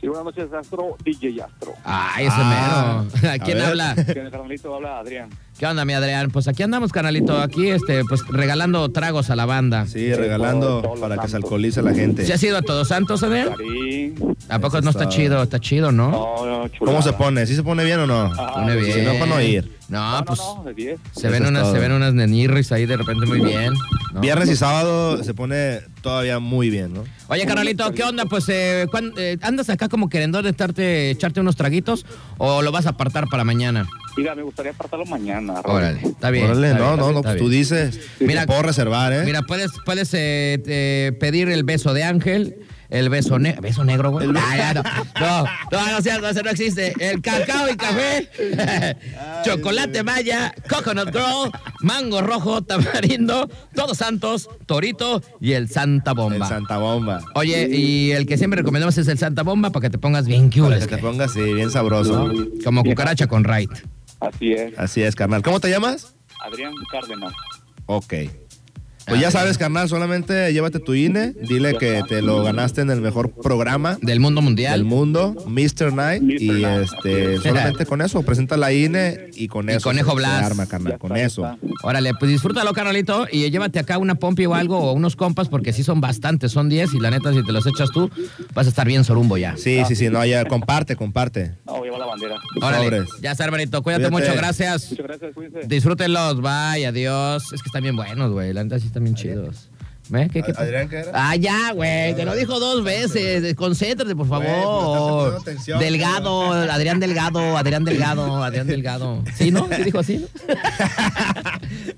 [SPEAKER 9] Sí, buenas noches, Astro, DJ Astro.
[SPEAKER 2] Ay, ese
[SPEAKER 3] Ah,
[SPEAKER 2] mero.
[SPEAKER 3] a
[SPEAKER 2] ¿Quién
[SPEAKER 3] ver.
[SPEAKER 2] habla?
[SPEAKER 9] Que el carnalito habla Adrián.
[SPEAKER 2] ¿Qué onda, mi Adrián? Pues aquí andamos, canalito, aquí, este, pues regalando tragos a la banda.
[SPEAKER 3] Sí, regalando
[SPEAKER 9] Todos los
[SPEAKER 3] para que se
[SPEAKER 9] santos.
[SPEAKER 3] alcoholice la gente.
[SPEAKER 2] ¿Se ha sido a Todos Santos, Adrián?
[SPEAKER 9] Karim.
[SPEAKER 2] ¿A poco
[SPEAKER 3] Eso
[SPEAKER 2] no está
[SPEAKER 3] está-
[SPEAKER 2] chido? Está chido, ¿no?
[SPEAKER 9] No, no, chulada.
[SPEAKER 3] ¿Cómo se pone? ¿Sí se pone bien o
[SPEAKER 9] Ah,
[SPEAKER 3] no?
[SPEAKER 2] Pone bien.
[SPEAKER 3] Si no, para no ir.
[SPEAKER 2] No,
[SPEAKER 9] No, no,
[SPEAKER 2] pues
[SPEAKER 9] no, de 10.
[SPEAKER 2] se
[SPEAKER 3] Eso
[SPEAKER 2] ven
[SPEAKER 3] es
[SPEAKER 2] unas,
[SPEAKER 3] todo.
[SPEAKER 2] se ven unas nenirris ahí de repente muy bien. ¿no?
[SPEAKER 3] Viernes y sábado se pone todavía muy bien, ¿no?
[SPEAKER 2] Oye, Carolito, ¿qué onda? Pues, eh, ¿cuán- eh, ¿andas acá como querendón de estarte, echarte unos traguitos o lo vas a apartar para mañana?
[SPEAKER 9] Mira, me gustaría apartarlo mañana. Raúl.
[SPEAKER 2] Órale, está bien.
[SPEAKER 3] Órale,
[SPEAKER 2] está
[SPEAKER 3] no,
[SPEAKER 2] bien,
[SPEAKER 3] no, no,
[SPEAKER 2] está
[SPEAKER 3] pues tú
[SPEAKER 2] bien.
[SPEAKER 3] dices.
[SPEAKER 2] Mira-
[SPEAKER 3] Mira, puedo reservar, ¿eh?
[SPEAKER 2] Mira, puedes, puedes eh, eh, pedir el beso de Ángel, el beso negro. ¿Beso negro, güey? Ah, ya, no, no, no, no, seas- no, ese no existe. El cacao y café, chocolate maya, coconut girl, mango rojo, tamarindo, todos santos, torito y el Santa
[SPEAKER 3] el
[SPEAKER 2] Bomba.
[SPEAKER 3] Santa Bomba.
[SPEAKER 2] Oye, y el que siempre recomendamos es el Santa Bomba para que te pongas bien
[SPEAKER 3] Para
[SPEAKER 2] cute.
[SPEAKER 3] que te pongas así, bien sabroso.
[SPEAKER 2] Como cucaracha con right.
[SPEAKER 9] Así es.
[SPEAKER 3] Así es, carnal. ¿Cómo te llamas?
[SPEAKER 9] Adrián Cárdenas.
[SPEAKER 3] Ok. Pues
[SPEAKER 2] Ah,
[SPEAKER 3] ya sabes, carnal, solamente llévate tu INE, dile que te lo ganaste en el mejor programa
[SPEAKER 2] Del mundo mundial.
[SPEAKER 3] del mundo, Mr. Night,
[SPEAKER 9] Mr.
[SPEAKER 3] y
[SPEAKER 9] Knight,
[SPEAKER 3] este
[SPEAKER 2] es.
[SPEAKER 3] solamente con eso, presenta la INE y con
[SPEAKER 2] Y
[SPEAKER 3] eso
[SPEAKER 2] Conejo
[SPEAKER 3] se
[SPEAKER 2] Blas.
[SPEAKER 3] arma, carnal,
[SPEAKER 9] Ya
[SPEAKER 3] con
[SPEAKER 9] está, ya
[SPEAKER 3] eso.
[SPEAKER 9] está.
[SPEAKER 2] Órale, pues disfrútalo, Carolito, y llévate acá una pompi o algo, o unos compas, porque sí son bastantes, son 10, y la neta, si te los echas tú, vas a estar bien sorumbo ya.
[SPEAKER 3] Sí, sí, sí, no, ya comparte, comparte.
[SPEAKER 9] No, lleva la bandera.
[SPEAKER 2] Órale,
[SPEAKER 3] Sobres.
[SPEAKER 2] ya está, hermanito, cuídate
[SPEAKER 3] Cuídate.
[SPEAKER 2] mucho, gracias.
[SPEAKER 9] Muchas gracias, cuídense.
[SPEAKER 2] Disfrútenlos, bye, adiós. Es que están bien buenos, güey, la neta sí están bien chidos. ¿Ve? ¿Qué, qué?
[SPEAKER 3] Ad- Adrián, ¿qué era?
[SPEAKER 2] Ah, ya, güey, te lo dijo dos veces. Concéntrate, por
[SPEAKER 3] Güey, pues, estás
[SPEAKER 2] favor.
[SPEAKER 3] poniendo atención,
[SPEAKER 2] Delgado, Adrián Delgado, Adrián Delgado, Adrián Delgado. ¿Sí, no? ¿Sí dijo así? no?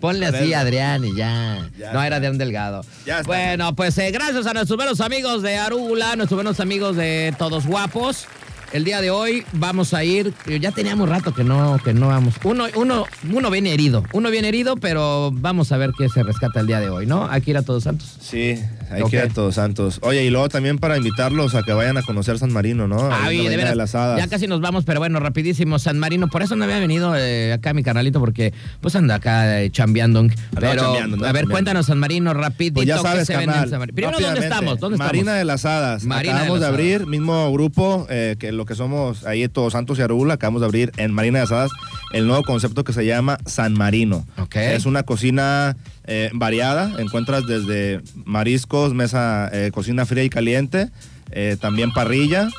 [SPEAKER 2] Ponle así, Adrián, y ya. No,
[SPEAKER 3] Ya está.
[SPEAKER 2] era Adrián Delgado.
[SPEAKER 3] Ya está.
[SPEAKER 2] Bueno, pues eh, gracias a nuestros buenos amigos de Arúgula, nuestros buenos amigos de Todos Guapos. El día de hoy vamos a ir, eh, ya teníamos rato que no, que no vamos. Uno, uno, uno viene herido, uno viene herido, pero vamos a ver qué se rescata el día de hoy, ¿no? Aquí era Todos Santos.
[SPEAKER 3] Sí, hay
[SPEAKER 2] Ok.
[SPEAKER 3] que ir a Todos Santos. Oye, y luego también para invitarlos a que vayan a conocer San Marino, ¿no? Ahí en la
[SPEAKER 2] Ay, Ah, de
[SPEAKER 3] Bahía
[SPEAKER 2] veras,
[SPEAKER 3] las Hadas.
[SPEAKER 2] ya casi nos vamos, pero bueno, rapidísimo, San Marino. Por eso no había venido eh, acá mi canalito, porque pues anda acá eh, chambeando. Pero,
[SPEAKER 3] chambeando, andaba
[SPEAKER 2] a ver,
[SPEAKER 3] chambeando.
[SPEAKER 2] cuéntanos, San Marino, rapidito.
[SPEAKER 3] Pues ya
[SPEAKER 2] ¿qué
[SPEAKER 3] sabes,
[SPEAKER 2] se vende en
[SPEAKER 3] carnal.
[SPEAKER 2] San Marino? Primero, ¿dónde
[SPEAKER 3] Rápidamente.
[SPEAKER 2] estamos? ¿Dónde
[SPEAKER 3] Marina de
[SPEAKER 2] estamos?
[SPEAKER 3] las Hadas.
[SPEAKER 2] Marina
[SPEAKER 3] acabamos
[SPEAKER 2] de
[SPEAKER 3] de,
[SPEAKER 2] las
[SPEAKER 3] abrir,
[SPEAKER 2] Hadas.
[SPEAKER 3] mismo grupo eh, que lo que somos ahí en Todos Santos y Arula. Acabamos de abrir en Marina de las Hadas el nuevo concepto que se llama San Marino.
[SPEAKER 2] Ok.
[SPEAKER 3] Es una cocina eh, variada. Encuentras desde mariscos, mesa, eh, cocina fría y caliente, eh, también parrilla.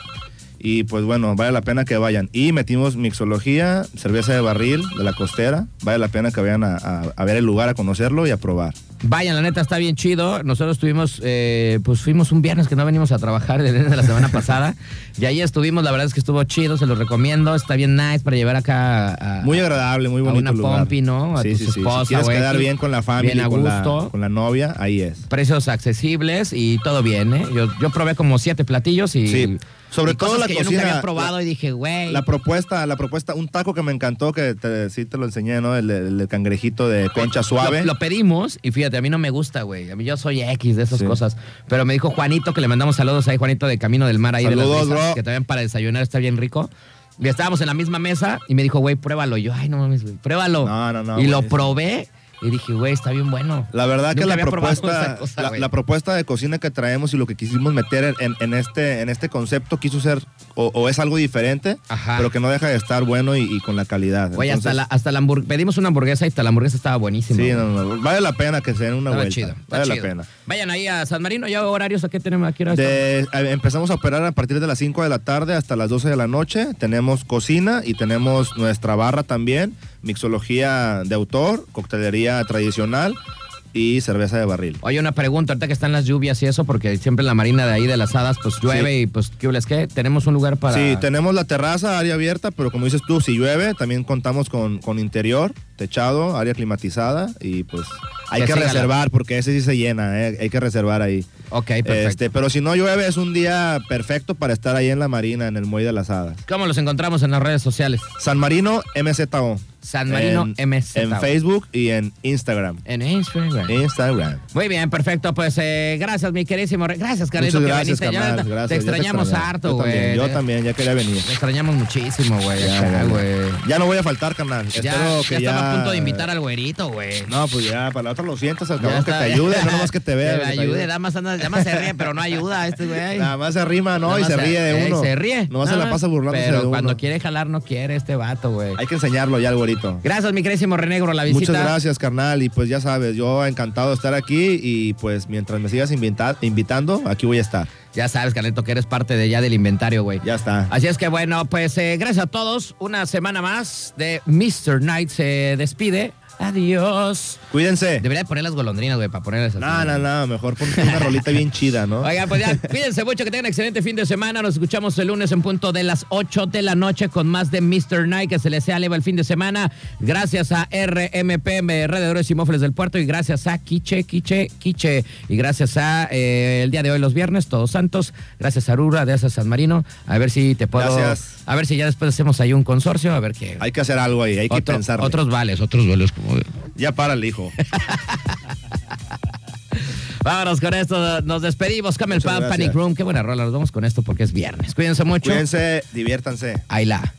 [SPEAKER 3] Y pues bueno, vale la pena que vayan. Y metimos mixología, cerveza de barril de la costera. Vale la pena que vayan a- a- a ver el lugar, a conocerlo y a probar.
[SPEAKER 2] Vayan, la neta está bien chido. Nosotros tuvimos, eh, pues fuimos un viernes que no venimos a trabajar desde la semana pasada. Y ahí estuvimos, la verdad es que estuvo chido, se los recomiendo. Está bien nice para llevar acá a. a-
[SPEAKER 3] Muy agradable, muy
[SPEAKER 2] a
[SPEAKER 3] bonito
[SPEAKER 2] una
[SPEAKER 3] lugar.
[SPEAKER 2] pompi, ¿no? A
[SPEAKER 3] sí,
[SPEAKER 2] tu
[SPEAKER 3] sí, sí.
[SPEAKER 2] esposa,
[SPEAKER 3] Si quieres
[SPEAKER 2] güey,
[SPEAKER 3] quedar
[SPEAKER 2] aquí.
[SPEAKER 3] bien con la familia,
[SPEAKER 2] Bien a
[SPEAKER 3] con, la-
[SPEAKER 2] gusto.
[SPEAKER 3] con la novia, ahí es.
[SPEAKER 2] precios accesibles y todo bien, ¿eh? Yo, yo probé como siete platillos y.
[SPEAKER 3] Sí. Sobre
[SPEAKER 2] y
[SPEAKER 3] todo
[SPEAKER 2] cosas
[SPEAKER 3] la
[SPEAKER 2] que Yo
[SPEAKER 3] cocina,
[SPEAKER 2] nunca había probado
[SPEAKER 3] la-
[SPEAKER 2] y dije, güey.
[SPEAKER 3] La propuesta, la propuesta, un taco que me encantó, que te, sí te lo enseñé, ¿no? El, el- el cangrejito de concha suave.
[SPEAKER 2] Lo, lo pedimos y fíjate, a mí no me gusta, güey. A mí yo soy X de esas
[SPEAKER 3] Sí.
[SPEAKER 2] cosas. Pero me dijo Juanito que le mandamos saludos ahí, Juanito de Camino del Mar ahí de las
[SPEAKER 3] Saludos,
[SPEAKER 2] Risas,
[SPEAKER 3] bro.
[SPEAKER 2] que también para desayunar está bien rico. Y estábamos en la misma mesa y me dijo, güey, pruébalo. Y yo, ay, no mames, güey, pruébalo.
[SPEAKER 3] No, no, no,
[SPEAKER 2] Y
[SPEAKER 3] güey,
[SPEAKER 2] lo
[SPEAKER 3] es-
[SPEAKER 2] probé Y dije, güey, está bien bueno.
[SPEAKER 3] La verdad que
[SPEAKER 2] Nunca
[SPEAKER 3] la
[SPEAKER 2] había probado
[SPEAKER 3] propuesta,
[SPEAKER 2] esa cosa,
[SPEAKER 3] la,
[SPEAKER 2] güey.
[SPEAKER 3] la propuesta de cocina que traemos y lo que quisimos meter en, en este, en este concepto quiso ser o, o es algo diferente,
[SPEAKER 2] Ajá.
[SPEAKER 3] pero que no deja de estar bueno y, y con la calidad.
[SPEAKER 2] Güey, hasta
[SPEAKER 3] Entonces,
[SPEAKER 2] la, hasta la hamburg- pedimos una hamburguesa y hasta la hamburguesa estaba buenísima.
[SPEAKER 3] Sí,
[SPEAKER 2] güey.
[SPEAKER 3] no, no, vale la pena que se den una
[SPEAKER 2] Estaba
[SPEAKER 3] vuelta.
[SPEAKER 2] chido, está
[SPEAKER 3] vale la
[SPEAKER 2] chido.
[SPEAKER 3] pena.
[SPEAKER 2] Vayan ahí a San Marino, ya horarios, ¿a qué tenemos aquí?
[SPEAKER 3] De- eh, empezamos a operar a partir de las 5 de la tarde hasta las 12 de la noche. Tenemos cocina y tenemos nuestra barra también, mixología de autor, coctelería tradicional y cerveza de barril.
[SPEAKER 2] Oye, una pregunta, ahorita que están las lluvias y eso, porque siempre en la marina de ahí de las hadas, pues llueve y pues, ¿qué es que Tenemos un lugar para...
[SPEAKER 3] Sí, tenemos la terraza, área abierta, pero como dices tú, si llueve, también contamos con, con interior, techado, área climatizada y pues hay
[SPEAKER 2] Que
[SPEAKER 3] que,
[SPEAKER 2] siga la-
[SPEAKER 3] reservar porque ese sí se llena, eh, hay que reservar ahí.
[SPEAKER 2] Ok, perfecto.
[SPEAKER 3] Este, pero si no llueve es un día perfecto para estar ahí en la marina, en el muelle de las hadas.
[SPEAKER 2] ¿Cómo los encontramos en las redes sociales?
[SPEAKER 3] San Marino MZO.
[SPEAKER 2] San Marino
[SPEAKER 3] en,
[SPEAKER 2] MZO.
[SPEAKER 3] En Facebook y en Instagram.
[SPEAKER 2] En Instagram.
[SPEAKER 3] Instagram.
[SPEAKER 2] Muy bien, perfecto. Pues eh, gracias, mi queridísimo. Re- Gracias, Carlito.
[SPEAKER 3] Muchas
[SPEAKER 2] que
[SPEAKER 3] gracias,
[SPEAKER 2] viniste. Ya,
[SPEAKER 3] carnal,
[SPEAKER 2] neta,
[SPEAKER 3] gracias,
[SPEAKER 2] Te
[SPEAKER 3] ya te
[SPEAKER 2] extrañamos
[SPEAKER 3] extrañaba.
[SPEAKER 2] harto,
[SPEAKER 3] Yo
[SPEAKER 2] güey.
[SPEAKER 3] también, yo
[SPEAKER 2] Te-
[SPEAKER 3] también, ya quería venir.
[SPEAKER 2] Te extrañamos muchísimo, güey.
[SPEAKER 3] Ya,
[SPEAKER 2] acá,
[SPEAKER 3] ya, ya.
[SPEAKER 2] güey.
[SPEAKER 3] Ya no voy a faltar, carnal.
[SPEAKER 2] Ya,
[SPEAKER 3] Espero
[SPEAKER 2] ya
[SPEAKER 3] que
[SPEAKER 2] estaba
[SPEAKER 3] ya-
[SPEAKER 2] a punto de invitar al güerito, güey.
[SPEAKER 3] No, pues ya, para la otra lo sientas, al
[SPEAKER 2] Ya
[SPEAKER 3] cabrón que te
[SPEAKER 2] está.
[SPEAKER 3] ayude, no nomás que te vea.
[SPEAKER 2] Que
[SPEAKER 3] que
[SPEAKER 2] me
[SPEAKER 3] te
[SPEAKER 2] ayude, nada más, anda- nada más se ríe, pero no ayuda a este güey.
[SPEAKER 3] Nada más se arrima, ¿no?
[SPEAKER 2] Nada
[SPEAKER 3] Y
[SPEAKER 2] más
[SPEAKER 3] se ríe de
[SPEAKER 2] eh,
[SPEAKER 3] uno.
[SPEAKER 2] Se ríe.
[SPEAKER 3] No, se la pasa burlándose
[SPEAKER 2] Pero
[SPEAKER 3] de uno.
[SPEAKER 2] cuando quiere jalar, no quiere este vato, güey.
[SPEAKER 3] Hay que enseñarlo ya al güerito.
[SPEAKER 2] Gracias, mi queridísimo Renegro, la visita.
[SPEAKER 3] Muchas gracias, carnal. Y pues ya sabes, yo encantado de estar aquí. Y pues mientras me sigas invita- invitando, aquí voy a estar.
[SPEAKER 2] Ya sabes, Carlito, que eres parte de ya del inventario, güey.
[SPEAKER 3] Ya está.
[SPEAKER 2] Así es que bueno, pues eh, gracias a todos. Una semana más de Mr. Knight se despide. Adiós.
[SPEAKER 3] Cuídense.
[SPEAKER 2] Debería de poner las golondrinas, güey, para ponerlas así.
[SPEAKER 3] No, no, no. Mejor ponte una rolita bien chida, ¿no?
[SPEAKER 2] Oigan, pues ya, cuídense mucho, que tengan excelente fin de semana. Nos escuchamos el lunes en punto de las 8 de la noche con más de Mr. Night. Que se les sea leva el fin de semana. Gracias a RMPM, Red de Héroes y Mofles del Puerto. Y gracias a Quiche, Quiche, Quiche. Y gracias a eh, el día de hoy, los viernes, Todos Santos. Gracias a Arura, gracias a San Marino. A ver si te puedo.
[SPEAKER 3] Gracias.
[SPEAKER 2] A ver si ya después hacemos ahí un consorcio. A ver qué.
[SPEAKER 3] Hay que hacer algo ahí, hay que
[SPEAKER 2] Otro-
[SPEAKER 3] pensar.
[SPEAKER 2] Otros vales, otros vales. Como de-
[SPEAKER 3] Ya para el hijo.
[SPEAKER 2] Vámonos con esto, nos despedimos. Camel
[SPEAKER 3] Muchas
[SPEAKER 2] Pan,
[SPEAKER 3] gracias.
[SPEAKER 2] Panic Room. Qué buena rola, nos vamos con esto porque es viernes. Cuídense mucho.
[SPEAKER 3] Cuídense, diviértanse.
[SPEAKER 2] Ahí la.